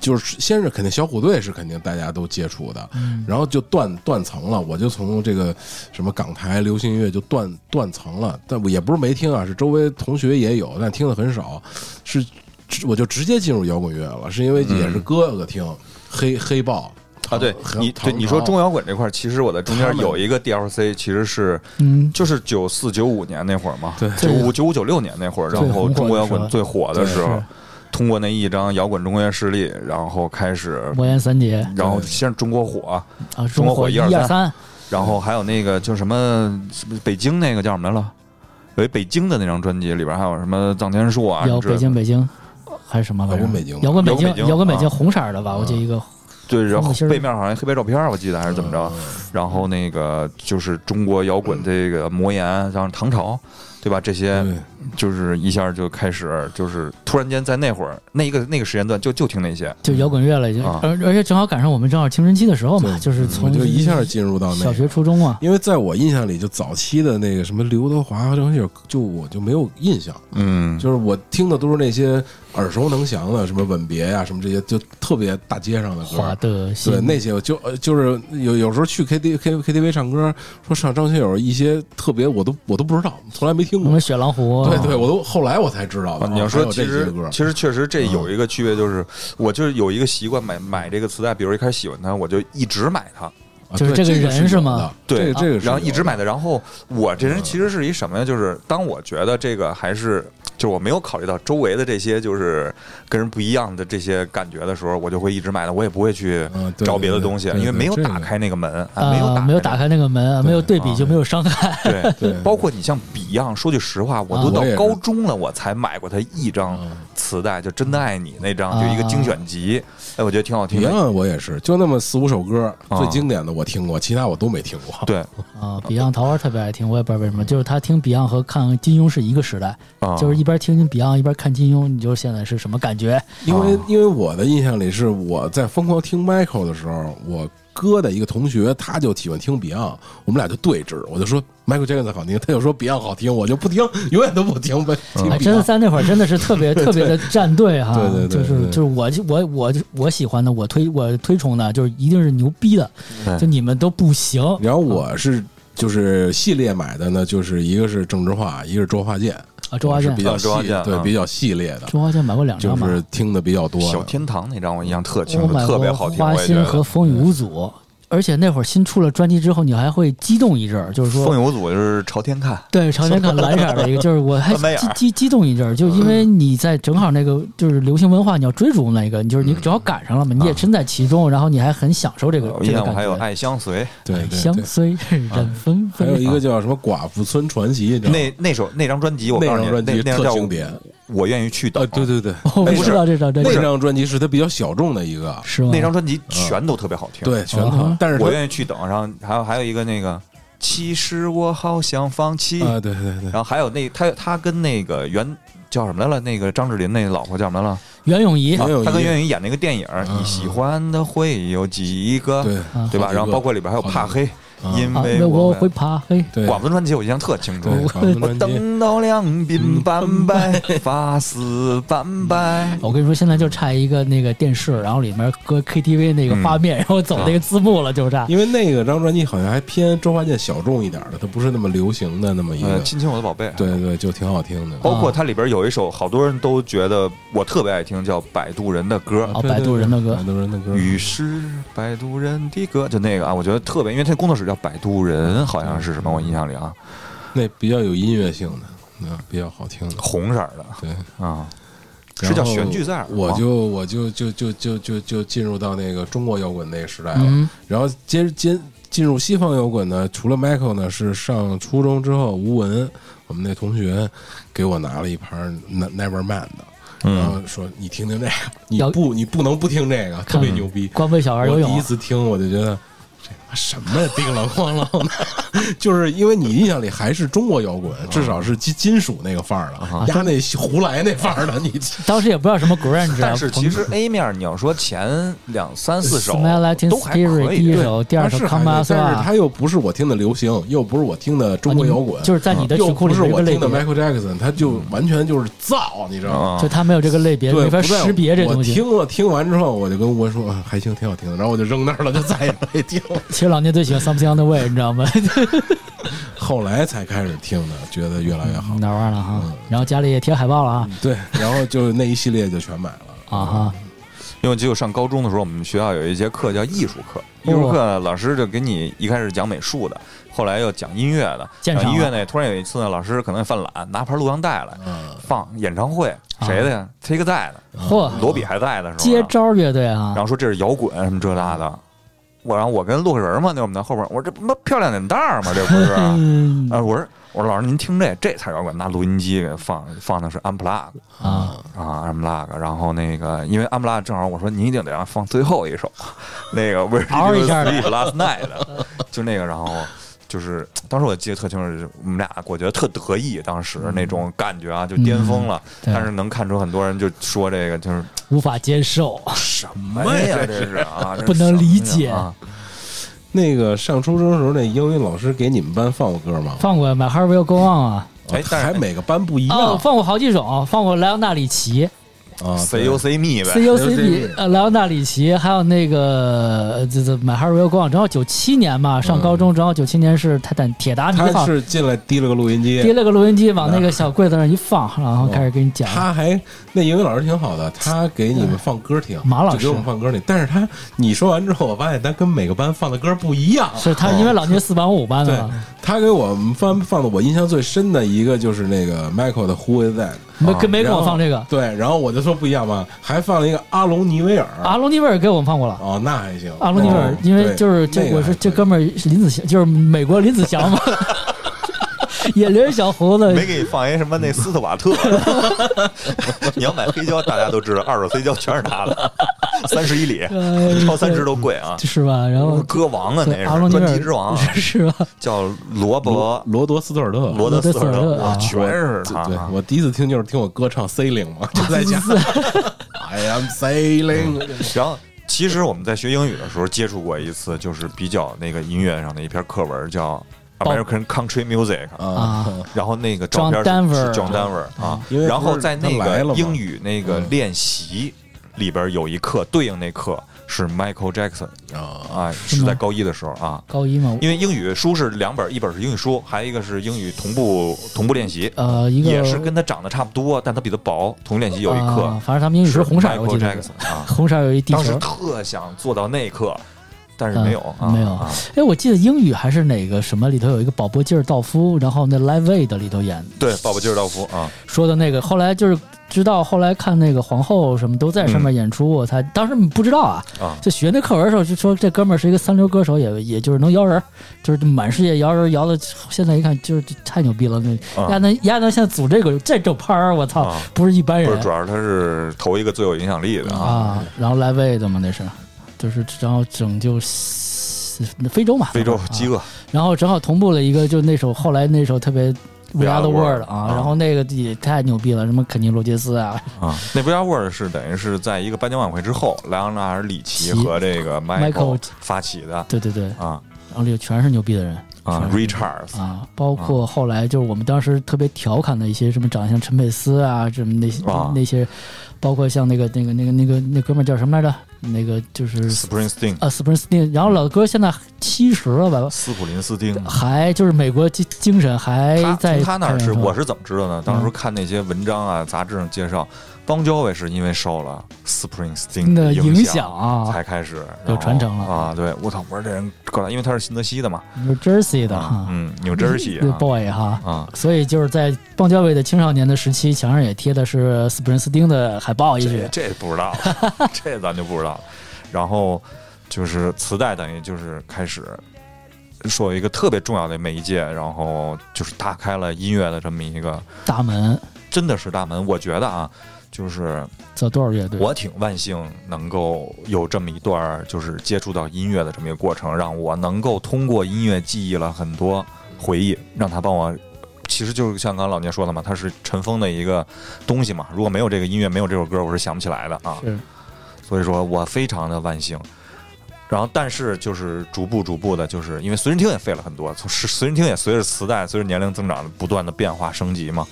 就是先是肯定小虎队是肯定大家都接触的，然后就断断层了，我就从这个什么港台流行音乐就断断层了，但我也不是没听啊，是周围同学也有，但听的很少，是直我就直接进入摇滚乐了，是因为也是哥哥听、黑黑豹
啊，对
唐
你对
唐
你说
朝
中摇滚这块儿，其实我在中间
他们
有一个 DLC，其实是
嗯，
就是九四九五年那会儿嘛，
对
九五九五九六年那会儿，然后中国摇滚最火的时
对
候
是，
通过那一张《摇滚中国实力》，然后开始，
魔岩三杰
然后先是中国火，
啊，
中
中
国火
火
一
一
二
二三，
然后还有那个就什么是不是北京那个叫什么来了？有一北京的那张专辑，里边还有什么藏天树啊，
摇
之类
北
的
京北京还是什么？反正
摇滚北京吧
摇滚北
摇滚北京
京，摇滚北
啊
京，红色儿的吧？我记得一个
对，然后
红星儿
背面好像黑白照片，我记得还是怎么
嗯
着。然后那个就是中国摇滚这个魔岩，然后唐朝，对吧？这些
对
就是一下就开始，就是突然间在那会儿那一个那个时间段就就听那些，
就摇滚乐了，已经，
啊嗯
而而且正好赶上我们正好青春期的时候嘛，就是
我
从
就一下进入到那
小
个
学、初中啊，
因为在我印象里，就早期的那个什么刘德华、张学友，就我就没有印象，
嗯，
就是我听的都是那些耳熟能详的，什么《吻别》呀，什么这些，就特别大街上的
花
歌。
的心
对，那些我就呃就是有有时候去 K D K K T V 唱歌，说唱张学友一些特别我都我都不知道，从来没听
什么
过。
雪狼湖，啊
对对，我都后来我才知道的。
啊，你要
还
说
哦有
其
这些
实
歌，
其实确实这有
嗯
一个区别，就是我就是有一个习惯买买这个磁带，比如一开始喜欢它，我就一直买它，
啊
就是
对
这个
这
人
是
是
有
吗
的
对
这个
啊
这个是
然后
有
一直
的嗯
买它。然后我这人其实是一什么呀？就是当我觉得这个还是就是我没有考虑到周围的这些就是跟人不一样的这些感觉的时候，我就会一直买它，我也不会去
嗯对
找别的
对对
东西，
对
因为
对
没有
这个
打开那个门，啊
啊，
没有打
没有
开
打开那个门，没有对比
啊
就没有伤害，
那个门。对。
对，
包括你像 Beyond，说句实话，我都
啊
到
我也是
高中了，我才买过他一张
嗯
磁带，就《真的爱你》那张，就一个精选集，哎，我觉得挺好听
啊一
的。
样，我也是，就那么四五首歌，
啊
最经典的我听过，其他我都没听过。
对，
啊，Beyond 桃花特别爱听，我也不知道为什么，就是他听 Beyond 和看金庸是一个时代，
啊
就是一边听 Beyond 一边看金庸，你就现在是什么感觉？
因为
啊
因为我的印象里是我在疯狂听 Michael 的时候，我哥的一个同学他就喜欢听 Beyond，我们俩就对峙，我就说 Michael Jackson 好听，他就说 Beyond 好听，我就不听，永远都不听
啊
呗。 [laughs]
嗯
听
哎，真的
Beyond
在那会儿真的是特
[laughs]
别特别的站队哈，
对对对
就是
对
就是我就我我我喜欢的，我推我推崇的，就是一定是牛逼的，
对
就你们都不行，
然后我是就是系列买的呢，就是一个是郑智化，一个是周华健，
啊，周华
是
健
比，较
啊
系
周华健
对
啊
比较系列的，
周华健买过两
就
张吧，
是听的比较多的。
小天堂那张我印象特清
我
楚，
买
特
过
别好听，
花
我也觉
心
得。嗯
和风雨无阻，而且那会儿新出了专辑之后，你还会激动一阵儿，就是
风
说。
雨无阻就是朝天看，
对，朝天看蓝色儿的一个，就是我
[laughs]
还
翻白眼
激
儿
激激动一阵儿，就因
嗯
为你在正好那个就是流行文化，你要追逐那个，你就是你
嗯
正好赶上了嘛，你也身在其中，然后你还很享受这个
啊哦我
这
印
个
象我
感
还有《
觉。
爱相随》
对对
相
对，啊
随人纷
还
纷，
有一个叫什么寡妇村传奇，你知道吗？
那那首那张专辑，我
嗯那
告诉
张
你，
专
那
辑
那张
特
叫
经典，
我愿意去等
啊，》。对对对，
我
哎
不
不
知
是
道这张专
那
辑
张专辑是他比较小众的一个，
是吗？
那张专辑全都特别好听。，
嗯对，全套
啊。
但是它
我愿意去等。然后还有还有一个那个，其实我好想放弃。
啊，对对对
然，后还有那他他跟那个袁叫什么来了？那个张智霖那老婆叫什么来了？
袁咏仪
袁咏仪嗯
他跟袁咏仪演那个电影《你喜欢的会有几个》，
对
啊
对吧？然后包括里边还有
好
怕黑，
啊
因
啊，
为
我
我
会爬黑，
对
寡妇专辑我印象特清楚。
哦
对寡妇
我
专辑，嗯
等到两鬓斑白，发丝斑白。
我跟你说，现在就差一个那个电视，然后里面搁 KTV 那个画面，然后走那个字幕了，就这样。
嗯啊因为那个张专辑好像还偏周华健小众一点的，它不是那么流行的那么一
呃哦
个，，
亲亲我的宝贝。
嗯对对，就挺好听的。
包
啊
括它里边有一首，好多人都觉得我特别爱听，叫《摆渡人的歌
啊》。
对
摆渡人的歌
摆渡人的歌，
于是摆渡人的歌，就那个啊，我觉得特别，因为他工作室叫摆渡人，好像是什么，我印象里啊，
那比较有音乐性的，嗯，比较好听的。
红色儿的，
对，
啊，
然
是
后
叫选剧赛，
我就我就就就就就就进入到那个中国摇滚那个时代了。
嗯
然后接接进入西方摇滚呢，除了 Michael 呢，是上初中之后，吴文我们那同学给我拿了一盘 Ne- Nevermind 的，然
嗯
后说你听听这个，你
要
不你不能不听这个，特别牛逼。
光为小孩游
我第一
泳，
次听我就觉得这他妈什么呀，叮了咣啷的， [laughs] 就是因为你印象里还是中国摇滚，至少是金金属那个范
啊
儿的，压那胡来那范儿的，你
当时也不知道什么 grunge，
但是其
朋
实 A 面你要说前两三四首
Smell Like
都还
Spirit
可
第一
以，
首
对
第二首
它是
Come
还可以
As
但
One
是它又不是我听的流行，又不是我听的中国摇滚，啊
就是啊在你的曲
又
库
不
里
是
有一
我
个类
听的
别，
Michael Jackson，他就完全就是造，你知道吗？
嗯
就他没有这个类别，
哎对，
没法
不在
识别这
我
东西。
听了听完之后，我就跟吴文说啊还行，挺好听的，然后我就扔那儿了，就 [laughs] 再也没听。
其实老聂最喜欢 Something on the Way，你知道
[laughs]
吗？
后来才开始听的，觉得越来越好。
嗯哪儿玩了哈？然后家里也贴海报了啊
对，然后就那一系列就全买了。
啊哈！
因为我记得我上高中的时候，我们学校有一节课叫艺术课，艺术课老师就给你一开始讲美术的，后来又讲音乐的，
鉴赏
讲音乐
了
呢，突然有一次呢，老师可能犯懒，拿盘录像带来
嗯，
放演唱会，谁的呀？Take 在的，
嚯，
嗯
罗比还在的时候，
接招乐队啊
然！后说这是摇滚什么这那的，我然后我跟洛克人嘛，那我们在后边，我说这他妈漂亮脸蛋儿嘛，这不
[laughs]
是？
嗯
啊，我说我说老师您听这这才摇滚，拿录音机给放放的是 unplug
啊，
啊 unplug，然后那个因为 unplug 正好我说您一定得让放最后一首，那个 Where
嗷
Did
一
You
下的
Sleep Last Night 的，就那个然后。就是当时我记得特清楚，我们俩我觉得特得意，当时那种感觉啊，就巅峰了。
嗯对
但是能看出很多人就说这个就是
无法接受。
什么
哎
呀，这是
[laughs]
啊，这是
不能
什么
理
呀
解
啊。
那个上初中的时候，那英语老师给你们班放过歌吗？
放过 My Heart Will Go On 啊，
哎但是
还每个班不一
哦，
样
放过好几种，放过莱昂纳里奇、
啊。
C
对
U C Me 呗
C U C B
CUCB
呃莱昂纳里奇，还有那个呃这这 My Heart
嗯
Will Go On，正好九七年嘛，上高中正好九七年是泰坦铁达尼
他
号，
是进来提了个录音
提
机，
了个录音机往那个小柜子上一放，然后开始给你讲。
他还那英语老师挺好的，他给你们放歌听，
马老师
就给我们放歌听。但是他你说完之后，我发现他跟每个班放的歌不一样。
是他，因为老聂四班五班的
对
嘛，
他给我们放放的，我印象最深的一个就是那个 Michael 的 Who Is That，
没跟没
然
跟我
后
放这个。
对，然后我就说不一样嘛，还放了一个阿隆尼维尔
阿隆尼威尔给我们放过了。
哦，那还行，
阿隆尼威尔
哦，
因为就是就
对那个
我说
还
这
可以
哥们儿是林子祥，就是美国林子
[laughs]
祥嘛，眼帘小胡子，
[laughs] 没给你放一什么那斯特瓦特， [laughs] 你要买黑胶，大家都知道，二手黑胶全是他的，三十一里
呃，
超三十都贵啊，
是吧？然后
歌王 [laughs] 啊，那
对阿隆尼
是专
威
辑之王
尔 [laughs]
啊，
是吧？
叫罗伯
罗罗德斯特尔特，
罗德斯尔
罗德斯尔
特，
特
哇，
啊
全是他
对
啊。
我第一次听就是听我哥唱 sailing 嘛，就在家 I am sailing，
然后其实我们在学英语的时候接触过一次，就是比较那个音乐上的一篇课文，叫 American Country Music
啊，
然后那个照
John
片是是
Denver
John Denver 啊
因为，
然后
不是
在那
他来了
个
嘛
英语那个
嗯
练习里边有一课对应那课是 Michael Jackson
啊
啊，
吗
是在高一的时候啊，
高一嘛，
因为英语书是两本，一本是英语书，还有一个是英语同步同步练习，
呃，一个
也是跟他长得差不多，但他比他薄。同步练习有一课
啊反正他们英语
是
是红色儿，我
Michael
记得
Jackson 啊，
红色儿有一地
当时
球。
特想做到那一课，但是
嗯
没有啊，
没有
啊
哎，我记得英语还是哪个什么里头有一个保波基尔道夫，然后那 Live Aid 里头演
对，鲍勃吉尔道夫啊，
说的那个，后来就是知道，后来看那个皇后什么都在上面演出，我才当时不知道啊。
嗯啊
就学那课文的时候，就说这哥们儿是一个三流歌手，也也就是能摇人儿，就是满世界摇人儿，摇的现在一看就是太牛逼了。那
啊
亚能亚能现在组这个这种拍儿，我操，
啊
不是一般
不
人
是，主要是他是头一个最有影响力的啊，
啊。然后来位的嘛，那是，就是然后拯救西非洲嘛，
非洲
啊
饥饿。
然后正好同步了一个，就那首后来那首特别。We Are
Are the
the
World
World 啊，
啊
然后那个也太牛逼了，什么肯尼罗杰斯
[laughs]
啊，
啊，那 VR World 是等于是在一个颁奖晚会之后，莱昂纳尔·里
奇
奇和这个
Michael
Michael 发起的
对对对，
啊
然后里头全是牛逼的人
啊
全是
，Richards
啊，包括后来就是我们当时特别调侃的一些什么长得像陈佩斯啊，什么那些、
啊
那些，包括像那个那个那个那个那哥们儿叫什么来着？那个就是
Springsteen
啊斯普林斯汀，然后老哥现在七十了吧，
斯普林斯汀。
还就是美国精精神还
他
在嗯
从他那儿
看
是，
演出
我是怎么知道呢？当时看那些文章啊、杂志上介绍，邦交委是因为受了 Springsteen
的影
影
响啊，
才开始
有传承了
然后啊！对，我操，我说这人够大，因为他是新泽西的嘛，
有 Jersey 的
啊
哈，
嗯，New
[laughs]
Jersey
对
啊
boy 哈。
啊，
所以就是在邦交委的青少年的时期，墙上也贴的是斯普林斯汀的海报一句
这，这不知道了，这咱就不知道了。然后就是磁带，等于就是开始说有一个特别重要的媒介，然后就是打开了音乐的这么一个
大门
真的是大门。我觉得啊，就是
造多少乐队？
我挺万幸能够有这么一段儿就是接触到音乐的这么一个过程，让我能够通过音乐记忆了很多回忆，让他帮我。其实就是像刚刚老聂说的嘛，它是尘封的一个东西嘛。如果没有这个音乐，没有这首歌，我是想不起来的啊。
是
所以说我非常的万幸。然后，但是就是逐步逐步的，就是因为随身听也废了很多，从是随身听也随着磁带、随着年龄增长不断的变化升级嘛。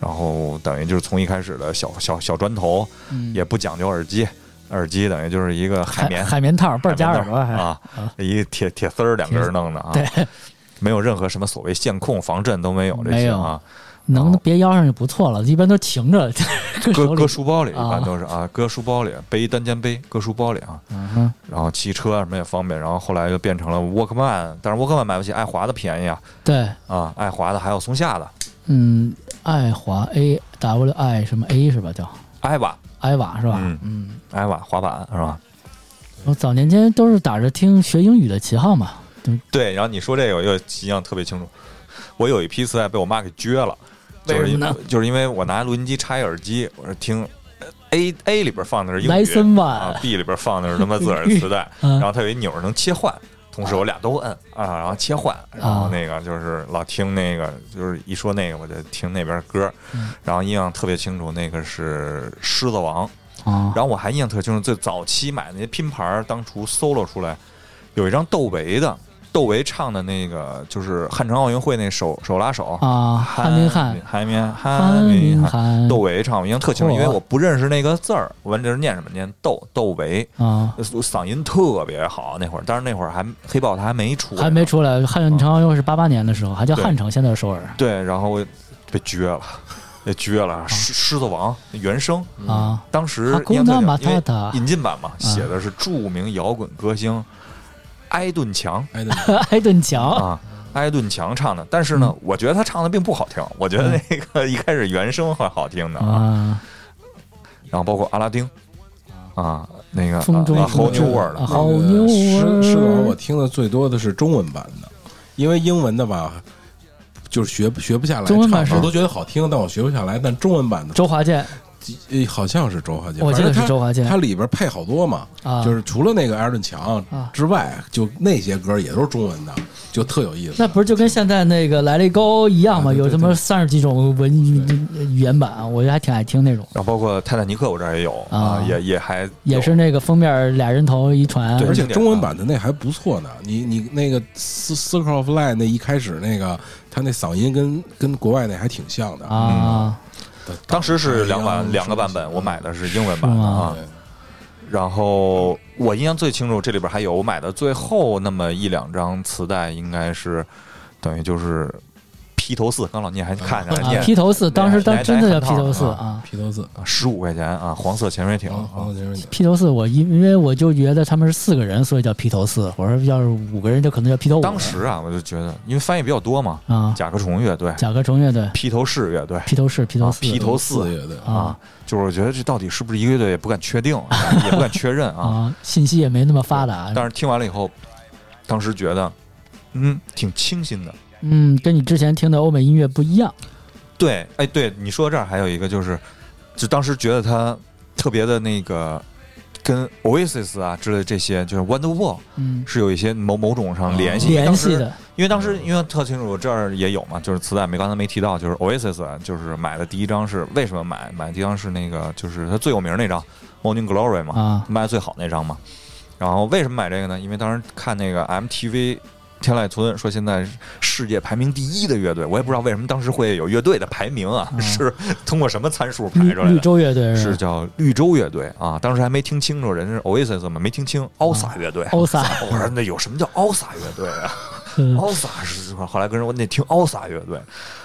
然后等于就是从一开始的小小小砖头，
嗯
也不讲究耳机，耳机等于就是一个海
海
绵
海绵套倍儿夹耳朵，哎还
啊，一个铁铁丝儿两根儿弄的啊，
对，
没有任何什么所谓线控、防震都没有这
没
些
有
啊，
能别腰上就不错了，一般都停着 [laughs] 搁手
搁
里
搁。书包里一
啊
般都是啊，搁书包里背一单肩背，搁书包里啊。
嗯哼，
然后骑车什么也方便，然后后来就变成了沃克曼，但是沃克曼买不起，爱华的便宜啊
对，
啊，爱华的还有松下的
嗯，爱华 A W I 什么 A 是吧？叫
艾瓦，
艾瓦是吧
嗯？
嗯，
艾瓦滑板是吧？
我早年间都是打着听学英语的旗号嘛。
对，然后你说这个我又印象特别清楚，我有一批磁带被我妈给撅了，就是
为什
因
么呢
就是因为我拿录音机插一耳机，我是听 A A 里边放的是英语
Lesson
啊
One，
，B 里边放的是他妈自个儿磁带，
嗯
然后它有一钮儿能切换，同时我俩都摁啊，然后切换，然
啊
后那个就是老听那个，就是一说那个我就听那边歌
嗯，
然后印象特别清楚，那个是《狮子王》，
啊，
然后我还印象特别清楚，最早期买的那些拼盘儿，当初 solo 出来有一张窦唯的，窦唯唱的那个就是汉城奥运会那手手拉手
啊，汉明汉，
韩明汉，
汉
汉
明
民汉。
汉，
窦唯唱，我印象特清楚，因为
嚯
我不认识那个字儿，我问这是念什么，念窦窦唯，
啊，
嗓音特别好那会儿，但是那会儿还黑豹他还没出，
还没。出来。汉城又是八八年的时候，还叫汉城，现在是首尔
对，然后我被撅了，被撅了。狮狮子王原声，
啊。 [laughs]
当时
哈库
因为
纳
因为
马塔塔
引进版嘛，写的是著名摇滚歌星埃顿强
哎，对
艾顿强，
啊。埃顿强唱的，但是呢，我觉得他唱的并不好听，我觉得那个一开始原声还好听的啊，
啊，
然后包括阿拉丁，啊，那个
风中
啊
有
Whole
智
New World
啊
的，
好
那
牛
个狮狮子王，
啊
我听的最多的是中文版的，因为英文的吧，就是学学不下来。
中文版是
唱我都觉得好听，但我学不下来。但中文版的，
周华健
呃好像是周华健，
我记得
反正
是
它
周华健
它里边配好多嘛，
啊，
就是除了那个艾尔顿强
啊
之外，就那些歌也都是中文的，就特有意思。
那不是就跟现在那个来了一高一样吗？
啊对
有什
对
么
对
三十几种文语言版，我还挺爱听那种，
然后包括《泰坦尼克》，我这儿也有
啊
啊，也也还
也
有
是那个封面俩人头一船，
对
而且
经典
中文版的那还不错呢。你你那个《c i r c l of Light》那一开始那个，他那嗓音跟跟国外那还挺像
嗯
的。
啊，
当
当时是两
哎呀
版两个版本，我买的是英文版的啊
是吗。
然后我印象最清楚，这里边还有我买的最后那么一两张磁带，应该是等于就是披头四，刚老聂还看着
啊
念
披头四，当时当
来
真的叫
来
披头四
来
啊。
披头四，
十五块钱啊，黄色潜水艇
哦
黄
啊
黄，金是
披头四，我因因为我就觉得他们是四个人，所以叫披头四。我说要是五个人，就可能叫披头五。
当时啊，我就觉得，因为翻译比较多嘛，
啊，
甲壳虫乐队、
甲壳虫乐队、
披头士乐队、
披头士、披头
啊
四、
披头四
乐队，
啊，就是我觉得这到底是不是一个乐队，也不敢
[laughs]
确定，也不敢确认啊。
啊，信息也没那么发达。
但是听完了以后，当时觉得，嗯，挺清新的。
嗯，跟你之前听的欧美音乐不一样。
对，哎，对，你说这儿还有一个就是，就当时觉得他特别的那个，跟 Oasis 啊之类的这些，就是 Wonderwall
嗯，
是有一些某某种上联系。因为
联
当
系
时，
的
因为当时因为特清楚，这儿也有嘛，就是磁带没刚才没提到，就是 Oasis 啊就是买的第一张是为什么买？买的第一张是那个就是他最有名那张 Morning Glory 嘛，
啊
卖的最好那张嘛。然后为什么买这个呢？因为当时看那个 MTV《天籁村》说现在世界排名第一的乐队，我也不知道为什么当时会有乐队的排名啊，
嗯
是通过什么参数排
绿
出来
绿
的？
洲乐队
是
是吧
叫绿洲乐队啊，当时还没听清楚，人家是 Oasis 嘛，没听清
啊
OSA 乐队。
欧萨。
我说那有什么叫 OSA 乐队啊
嗯
？OSA 是后来跟人说你得听 OSA 乐队，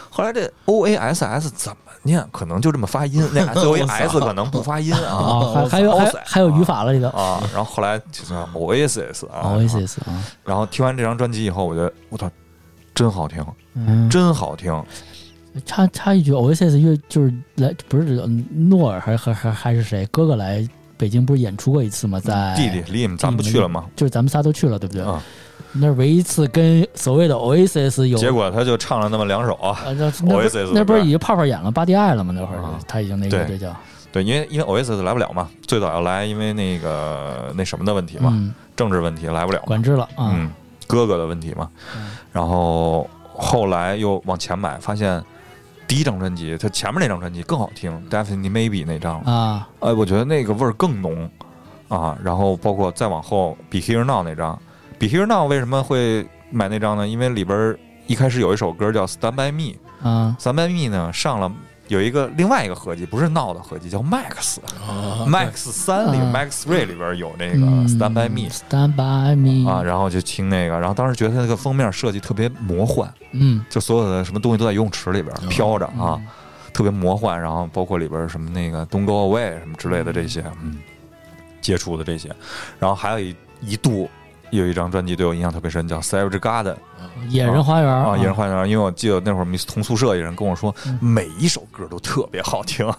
后来这 O A S S 怎么念？可能就这么发音，
[laughs]
那 S O A S 可能不发音啊
啊，还还有还还有语法了里头
啊。然后后来就是 Oasis 啊
，Oasis 啊，
然后听完这张专辑以后，我觉得我操，真好听，
嗯，
真好听。
插插一句，Oasis 乐就是来不是嗯诺尔还还还还是谁哥哥来北京不是演出过一次吗？在
弟弟 Lim，咱们不去了吗？
就是咱们仨都去了，对不对？
啊，
那是唯一一次跟所谓的 Oasis 有
结果他就唱了那么两首啊。
啊，那那不
Oasis
那不是
的歌
已经泡泡演了巴蒂爱了吗？那会儿
啊
他已经那个对
对
叫
对，因为因为 Oasis 来不了嘛，最早要来，因为那个那什么的问题嘛，
嗯，
政治问题来不了嘛，
管制了啊，
嗯，哥哥的问题嘛。
嗯
然后后来又往前买，发现第一张专辑，它前面那张专辑更好听，Definitely
嗯
Maybe 那张，
啊，
哎，我觉得那个味儿更浓啊。然后包括再往后，Be Here Now 那张，Be Here Now 为什么会买那张呢？因为里边儿一开始有一首歌叫 Stand By Me，Stand
啊，
By Me 呢上了。有一个另外一个合集，不是闹的合集，叫 Max
哦
啊
Max 三里
啊
Max Three 里边有那个
嗯
Stand by Me，
Stand by me
啊，，然后就听那个，然后当时觉得它那个封面设计特别魔幻，
嗯，
就所有的什么东西都在游泳池里边儿飘着啊，特别魔幻。然后包括里边儿什么那个 Don't Go Away 什么之类的这些，嗯，接触的这些。然后还有一一度有一张专辑对我印象特别深，叫 Savage Garden
嗯，野人花园
啊，野人花园。因为我记得那会儿我们同宿舍一人跟我说
嗯，
每一首歌都特别好听啊，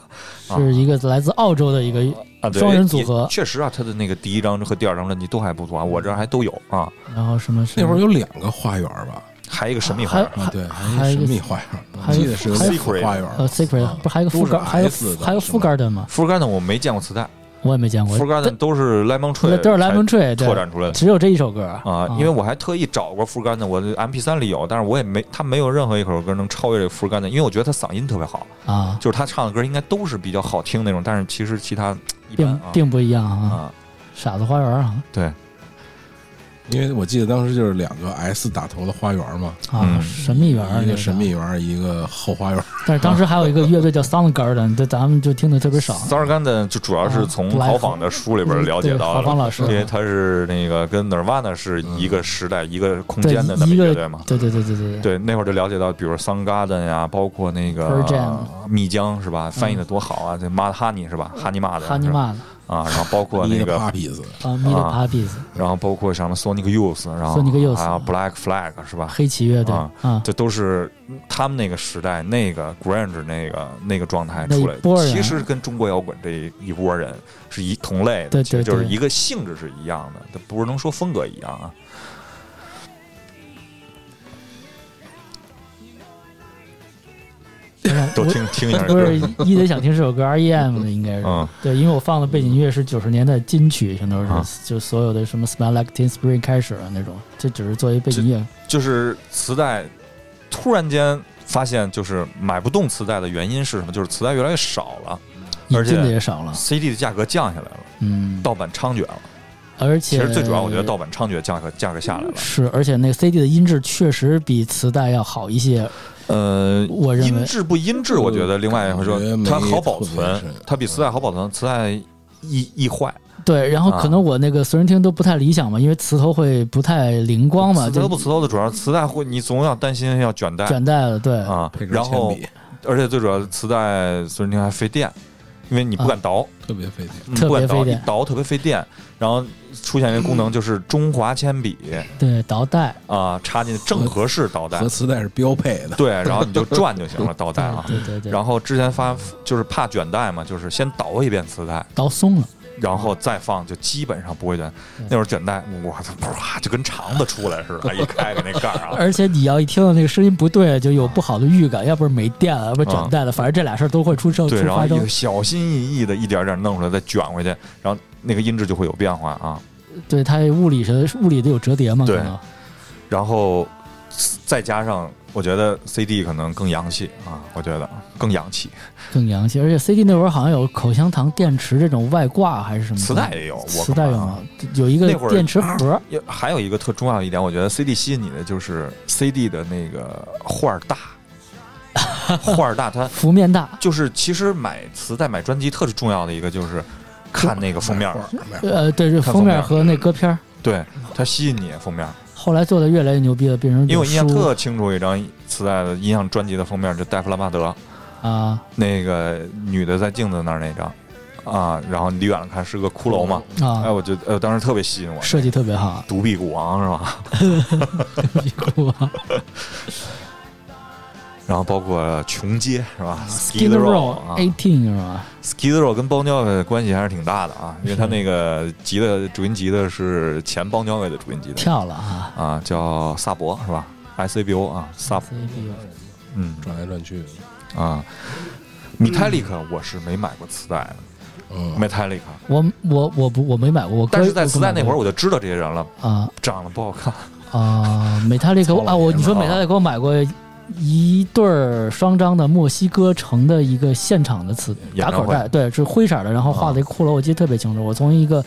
是一个来自澳洲的一个，
对
双人组合
也确实啊，他的那个第一张和第二张专辑都还不错啊，我这儿还都有啊，
然后什么是
那会儿有两个花园吧？
还有一个神秘花
还
园。
啊，对，
还有
有
一
神
个
秘花园，
还
我
有
记得是有
还
有
两个花
呃
园。
，secret
啊
不是还有个
都
副
是
杆，还有
S 的
还有
是
副
吧
杆的吗？
Full Garden 我没见过磁带
我也没见过
，Full Garden 都是 Lemon Tree
对都是莱蒙
Tree
吹，对
拓，展出来的
只有这一首歌
啊，因为我还特意找过 Full Garden，我的 MP 3里有，但是我也没，他没有任何一首歌能超越这个 Full Garden，因为我觉得他嗓音特别好，
啊，
就是他唱的歌应该都是比较好听那种，但是其实其他一般
并
啊
并不一样啊，
啊，
傻子花园啊
因为我记得当时就是两个 S 打头的花园嘛，
啊，
嗯
神秘园儿那
一个
个
神秘，园，一个后花园。
但是当时还有一个乐队叫 Soundgarden，这咱们就听的特别少，
s a r g a n d 就主要是
啊
从
布莱
豪
克
仿的书里边了解到
嗯对豪
的
放。老师
因，为他是那个跟 Nirvana 是一个时代、一个空
对
间的那么
一
一
个
乐队嘛，
对对对对对，
对，那会儿就了解到，比如 Sun Garden 呀，包括那个
Pearl Jam 嗯
密江是吧？翻译的多好啊！这 Mad Honey 是吧？哈尼玛的
哈尼玛的
啊，然后包括
一
那
个
个，
Puppies，
啊，Meet
啊
Puppies，
然后包括什么 Sonic Youth，然后
Sonic Youth
还有 Black Flag 是吧？
黑旗乐队
啊
啊，
这都是他们那个时代那个 grunge 那个那个状态
那一
出来
波
的，
人
其实跟中国摇滚这一波人是一同类的，
对
其实就是
对对
一个性质是一样的，它不是能说风格一样啊。 [laughs] 都听听一下这
不
歌，
是一得想听这首歌，R.E.M 的应该是
嗯
对，因为我放的背景音乐是九十年代金曲，全都是
啊
就所有的什么《Smell Like Teen Spirit》开始的那种，这只是作为背景音乐。
就是磁带突然间发现，就是买不动磁带的原因是什么？就是磁带越来越少了
引
而且
进的也少了，
，CD 的价格降下来了，
嗯，
盗版猖獗了。
而
其
且
实最主要，我觉得盗版猖獗价格价格下来了。
是，而且那个 CD 的音质确实比磁带要好一些，
呃，
我认为
音质不音质，我觉得另外一回说
感觉，没
它好保
特别
存
深，
它比磁带好保存，磁带易易坏，
对，然后
啊
可能我那个随身听都不太理想嘛，因为磁头会不太灵光嘛，
磁带
就
不磁带的主要是磁带会，你总要担心要卷带
卷带了，对，
啊
配，着
然
铅
后
笔
而且最主要磁带随身听还费电，因为你不敢倒，
特别费劲。
你
特别
嗯不敢
费
倒，你
电
倒特别费电，然后出现一个功能就是中华铅笔
对，倒带，
啊插进正合适导带
和，磁带是标配的，
对，然后你就转就行了，导带啊。
[laughs] 对对对，
然后之前发就是怕卷带嘛，就是先倒一遍磁带。
倒松了，
然后再放，就基本上不会卷。那会儿卷带，我操，哇，就跟肠子出来似
[laughs]
的，一开开那盖儿啊，
而且你要一听到那个声音不对，就有不好的预感，要不是没电了，要不是
啊
卷带了，反正这俩事儿都会出生出
对，然后
发生
一，小心翼翼的一点点弄出来，再卷回去，然后那个音质就会有变化啊。
对，它物理上物理的有折叠嘛，可
对
能
然后再加上，我觉得 CD 可能更洋气啊，我觉得更洋气。
更洋气，而且 CD 那会儿好像有口香糖电池这种外挂还是什么的，
磁带也有，我
磁带有
靠
吗？有一个
那会儿啊
电池盒儿，
也还有一个特重要的一点，我觉得 CD 吸引你的就是 CD 的那个画儿
[laughs]
大，画儿大，它
幅面大，
就是其实买磁带、买专辑特重要的一个就是看那个封面儿，
[laughs] 买画儿
呃，对，是
看
封
封
面
面
和那歌片儿。
对它吸引你封面儿。
后来做的越来越牛逼了，变成
因为我印象
有书
特清楚，一张磁带的印象专辑的封面就戴夫拉巴德
啊
那个女的在镜子那儿那张啊，然后你离远了看是个骷髅嘛，哎，
啊，
我觉得呃当时特别吸引我，
设计特别
[laughs]
好，
独臂骨王是吧？ [laughs]
屁股啊
然后包括琼街是吧
Skid
Row
Row 哎
啊
Eighteen 是吧？
Skid Row 跟邦交委的关系还是挺大的啊，因为他那个集的主音集的是前邦交委的主音集的
跳了啊
啊，叫萨博是吧？ICBO 啊，萨
，CPU
嗯
转来转去的，
啊， Metallica 我是没买过磁带的
嗯，
，Metallica，
我我我不我没买过，我哥
但是在磁带那会儿
我
我就知道这些人了，
哥买过啊
长得不好看，
啊，美
[laughs]
泰利给我
糙老
啊，我
爷们
你说
啊
美泰利给我买过一对儿双张的墨西哥城的一个现场的磁
演
打
唱
口
会
袋，对，是灰色的，然后画了一个骷髅，我记得特别清楚。我从一个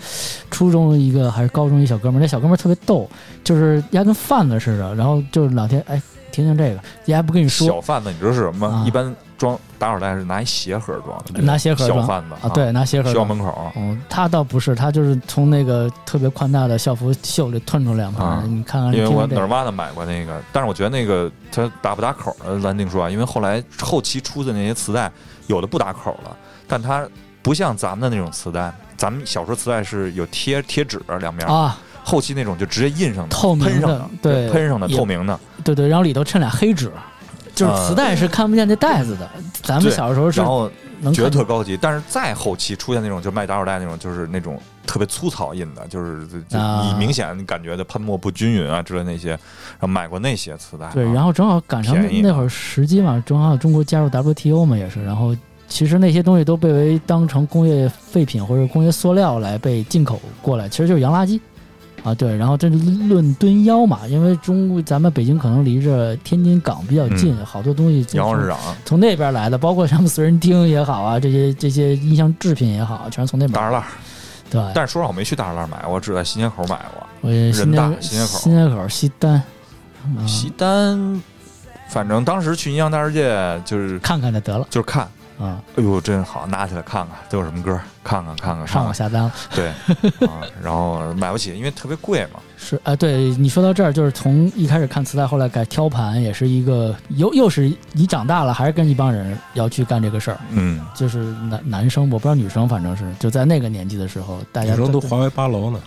初中一个还是高中一小哥们儿，那小哥们儿特别逗，就是丫跟贩子似的，然后就是老天哎，听听这个，丫还不跟你说
小贩子，你知道是什么
啊？
一般装打口袋是拿一鞋盒装的，
拿鞋盒
小
装
贩子
啊，对，，拿鞋盒
学
儿
校门口
哦，他倒不是，他就是从那个特别宽大的校服袖里吞出两盘儿，
啊
你看看，
因为我
听听
哪
这
儿
个
挖的买过那个，但是我觉得那个它打不打口儿的，咱另说啊。因为后来后期出的那些磁带，有的不打口儿了，但它不像咱们的那种磁带，咱们小时候磁带是有贴贴纸两面儿，
啊，
后期那种就直接印上的，
透明
喷上
的
的，，
对，
喷上的
也
透明的，
对对，然后里头衬俩黑纸，就是磁带是看不见这袋子的。咱们
啊对
小时候是
然后
能
觉
看
得特高级。但是再后期出现那种就卖打口袋那种，就是那种特别粗糙印的，就是就就
啊
你明显感觉的喷墨不均匀啊之类那些，然后买过那些磁带啊。
对，然后正好赶上那
便宜
那会儿时机嘛，正好中国加入 WTO 嘛，也是，然后。其实那些东西都被为当成工业废品或者工业塑料来被进口过来，其实就是洋垃圾啊。对，然后这论吨腰嘛，因为中咱们北京可能离着天津港比较近，
嗯
好多东西
然后
从
是嚷
从那边来的，包括什么随身听也好啊，这些这些音像制品也好，啊全是从那边
大
来
栅
的。
栏，
对，
但是说实话我没去大栅栏买，我只在新街口买过。
我也新街
人大新街口嗯
新街口西单，啊
西单，反正当时去银阳大世界就是
看看就得了
就是看，
啊，
哎呦真好，拿起来看看都有什么歌，看看看看
上
看
网下单了。 [laughs]
看啊，然后买不起，因为特别贵嘛。
是啊，对你说到这儿，就是从一开始看磁带，后来改挑盘，也是一个又又是你长大了，还是跟一帮人要去干这个事儿，
嗯，
就是男男生，我不知道女生，反正是就在那个年纪的时候，大家
女生都华为八楼呢，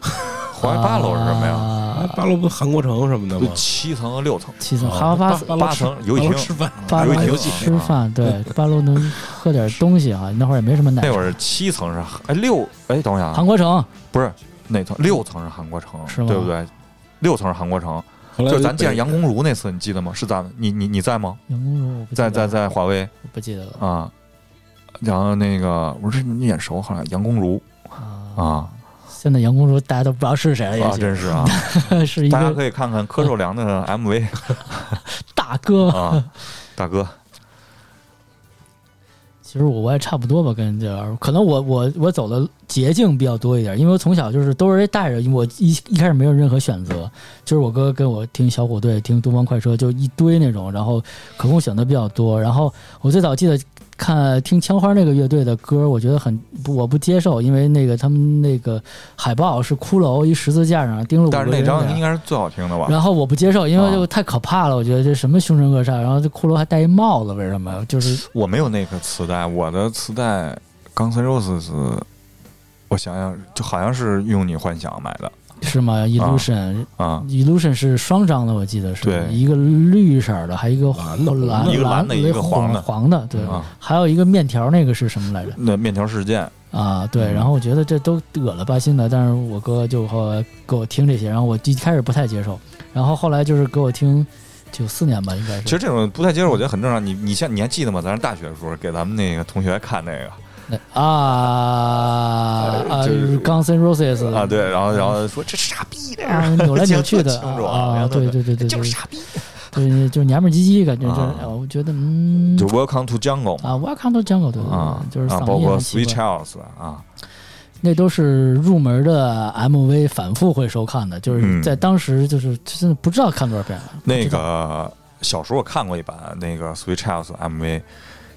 华为八楼是什么呀？
啊，
呀？
八楼不是韩国城什么的
就
吗？
七层和六层，
七层哈巴
八
哦八层游
八
戏
楼
厅
吃，饭，
八
游
路
戏厅
吃饭，对，八路能喝点东西啊。那会儿也没什么奶茶。
啊那会儿七层是哎六哎等我想啊
韩，国城
不是哪层六层是韩国城，
是吗
对不对？六层是韩国城，
后来
就是咱见着
北
杨公如那次，你记得吗？是咱们你你你在吗？
杨公主我不记
在
得
在
了
在华为
我不记得了
啊。然后那个我说你眼熟，好像杨公如
啊
啊，
现在杨公主大家都不知道是谁了，也
啊，
许、
真是啊！
[laughs] 是一
大家
个
可以看看柯受良的 MV
大哥。 [laughs]
啊，大哥，
其实我我也差不多吧，跟这儿可能我我我走的捷径比较多一点，因为我从小就是都是带着，因为我一一开始没有任何选择，就是我哥跟我听小虎队、听东方快车，就一堆那种，然后可供选择比较多。然后我最早记得看听枪花那个乐队的歌，我觉得很不我不接受，因为那个他们那个海报是骷髅一十字架上钉了五个
但
人
是
脸，
那张应该是最好听的吧？
然后我不接受，因为
啊
这个太可怕了，我觉得这什么凶神恶煞。然后这骷髅还戴一帽子，为什么？ [laughs] 就是
我没有那个磁带，我的磁带《Guns N' Roses》，我想想，就好像是用你幻想买的
是吗？Illusion，Illusion、
啊，
是双张的，我记得是
对
一个绿色的，还有一个
蓝的
蓝
一个蓝的一个
黄
黄的
黄的，对。
啊
还有一个面条，那个是什么来着？
那面条事件，
啊，对。
嗯
然后我觉得这都恶了吧心的，但是我哥就后来给我听这些，然后我一开始不太接受，然后后来就是给我听九四年吧，应该
其实
是。
这种不太接受，我觉得很正常。你你像你还记得吗？咱大学的时候给咱们那个同学看那个
那啊
呃
啊
就是
，Guns N' Roses
啊，对，然后然后说这是傻逼 [laughs] 的，
啊，扭来扭去
[laughs]
的
清楚
啊，对对对对，
就
对
是傻逼。
对，就是娘们儿唧唧，感觉就是
啊，
哎我觉得嗯
就 Welcome to Jungle
啊
嘛
，Welcome to Jungle，对对
啊
对，，就是
啊，
嗓
包
音
括
很
Sweet
奇怪，
Childs 啊，
那都是入门的 MV，反复会收看的，就是
嗯
在当时就是真的不知道看多少遍了，
那
不知道
个小时候我看过一版那个 Sweet Childs MV，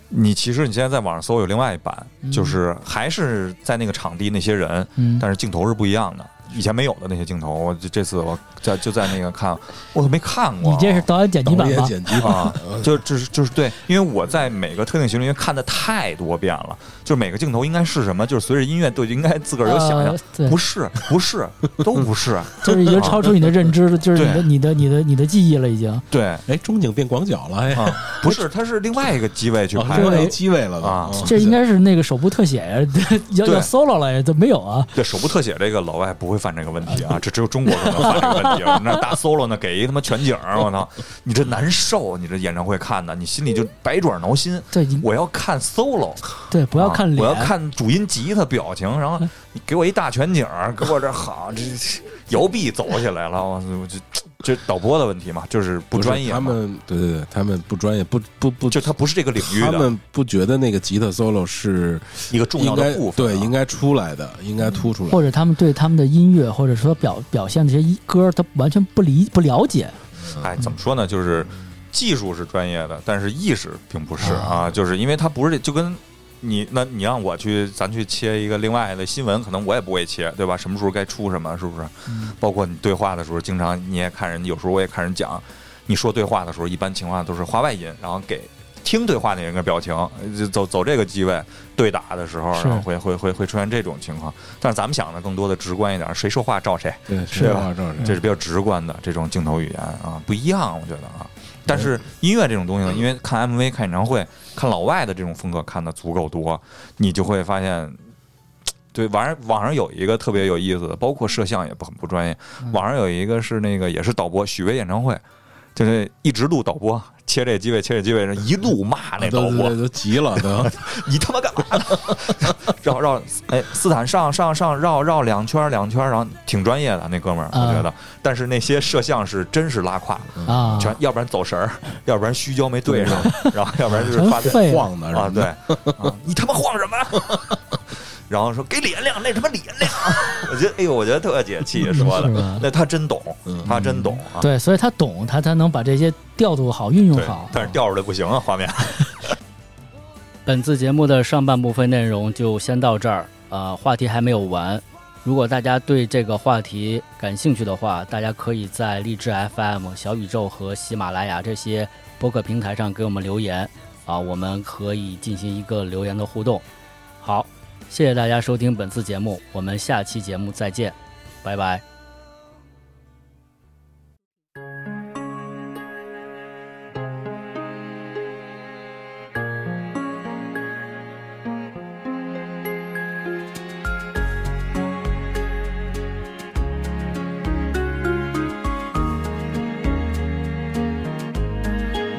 你其实你现在在网上搜有另外一版，
嗯
就是还是在那个场地那些人，
嗯，
但是镜头是不一样的，以前没有的那些镜头。我这这次我在就在那个看，我都没看过。
你这是导演剪辑
导
版
演
吧？
剪辑
啊
版，呃
就就是就是对，因为我在每个特定行里面看的太多遍了，就是每个镜头应该是什么，就是随着音乐都应该自个儿有想象
呃，对
不，是不是都不是，
就是已经超出你的认知了，就是你的你的
对哦
你的你的记忆了，已经。
对
哎，中景变广角了，哎，
啊，不是，它是另外一个机位去
哦
拍
另
的
外一，机位了都
啊
嗯
这应该是那个手部特写呀，要
对
要 solo 了呀，这没有啊？
对手部特写这个老外不会犯这个问题啊，这只有中国才能犯这个问题啊。那大 solo 呢，给一他妈全景儿，我操，你这难受，你这演唱会看的，你心里就百爪挠心。
对，你
我要看 solo，
对，不
不
要看脸，
我要看主音吉他表情，然后你给我一大全景儿，给我这好，这这摇臂走起来了，我我就这导播的问题嘛，就是不专业
他
嘛，
们对对对，他们不专业，不不不，
就他不是这个领域
他
的
们不觉得那个吉他 solo 是
一个重要
应该
的部分啊，
对应该出来的，应该突出来的。
或者他们对他们的音乐或者说表表现这些一歌，他完全不理不了解。
哎，怎么说呢？就是技术是专业的，但是意识并不是啊，就是因为它不是就跟你那你让我去咱去切一个另外的新闻，可能我也不会切，对吧？什么时候该出什么，是不是？包括你对话的时候，经常你也看人，有时候我也看人讲，你说对话的时候，一般情况下都是话外音，然后给。听对话那人的表情，就走走这个机位对打的时候，
是
然后会会会会出现这种情况。但是咱们想的更多的直观一点，谁说话照谁。
对，
是
是
吧
吧？这
这是比较直观的这种镜头语言啊，不一样，我觉得啊。但是音乐这种东西呢，因为看 MV、看演唱会、看老外的这种风格看的足够多，你就会发现，对，网上网上有一个特别有意思的，包括摄像也不很不专业。网上有一个是那个也是导播，许巍演唱会，就是一直录导播，切这机位，切这机位，然后一路骂那导
都
播
都，都急了，都
[laughs] 你他妈干嘛呢？绕绕，哎，斯坦上上上绕绕两圈两圈，然后挺专业的那哥们儿，我觉得。但是那些摄像是真是拉胯，
啊，
嗯全要不然走
[laughs]
神儿，要不然虚焦没对上， [laughs] 然后要不然就是发
全
[laughs]
废了
晃的
啊，
人
对，啊你他妈晃什么？ [laughs] 然后说给脸亮，那他妈脸
[laughs]
亮，我觉得哎呦，我觉得特解气说
是
的
吧，嗯
那他真懂，他真懂啊。
对，所以他懂，他才能把这些调度好、运用
对
好，。
但是调出来不行啊，画面。
本次节目的上半部分内容就先到这儿，呃，话题还没有完。如果大家对这个话题感兴趣的话，大家可以在荔枝 FM、小宇宙和喜马拉雅这些播客平台上给我们留言啊，我们可以进行一个留言的互动。好，谢谢大家收听本次节目，我们下期节目再见，拜拜。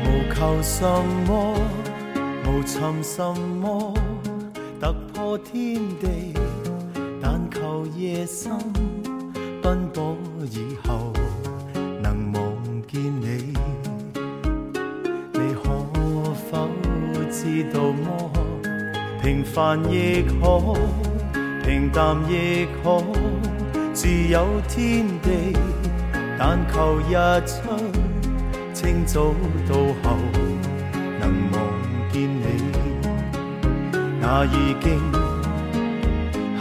无求什么，无寻什么，突破天地，但求夜深奔波以后能望见你。你可否知道么？平凡亦可，平淡亦可，自有天地，但求日出。清早到後能望見你，那已經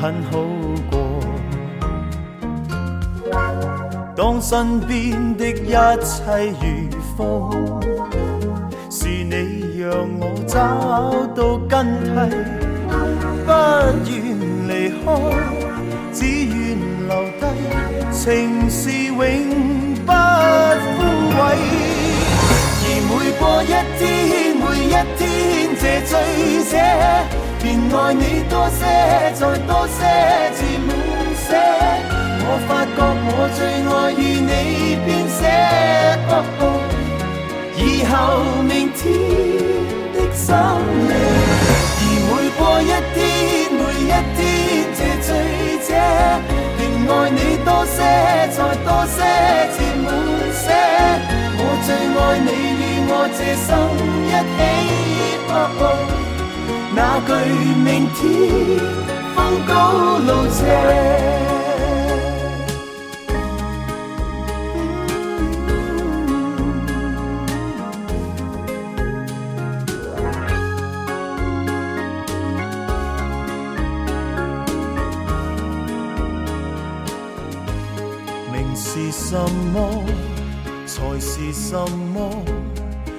很好過。當身邊的一切如風，是你讓我找到根蒂，不願離開，只願留低，情是永不枯萎。而每過一天，每一天，這醉者，便愛你多些，再多些，至滿些。我發覺我最愛與你編寫。哦哦以後明天的心理，而每過一天，每一天，這醉者，便愛你多些，再多些，至滿些。我最愛你與我這生一起，哦哦那句明天風高路斜。明是什麼，才是什麼，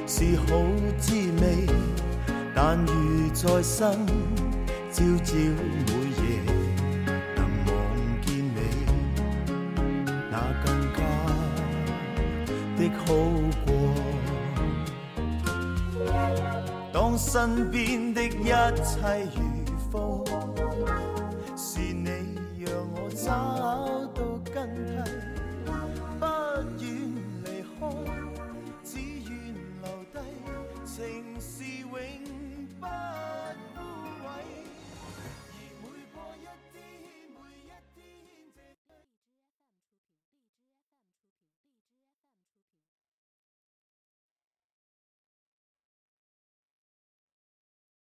是好滋味。但如在生，朝朝每夜能望見你，那更加的好過。當身邊的一切如風。是你讓我找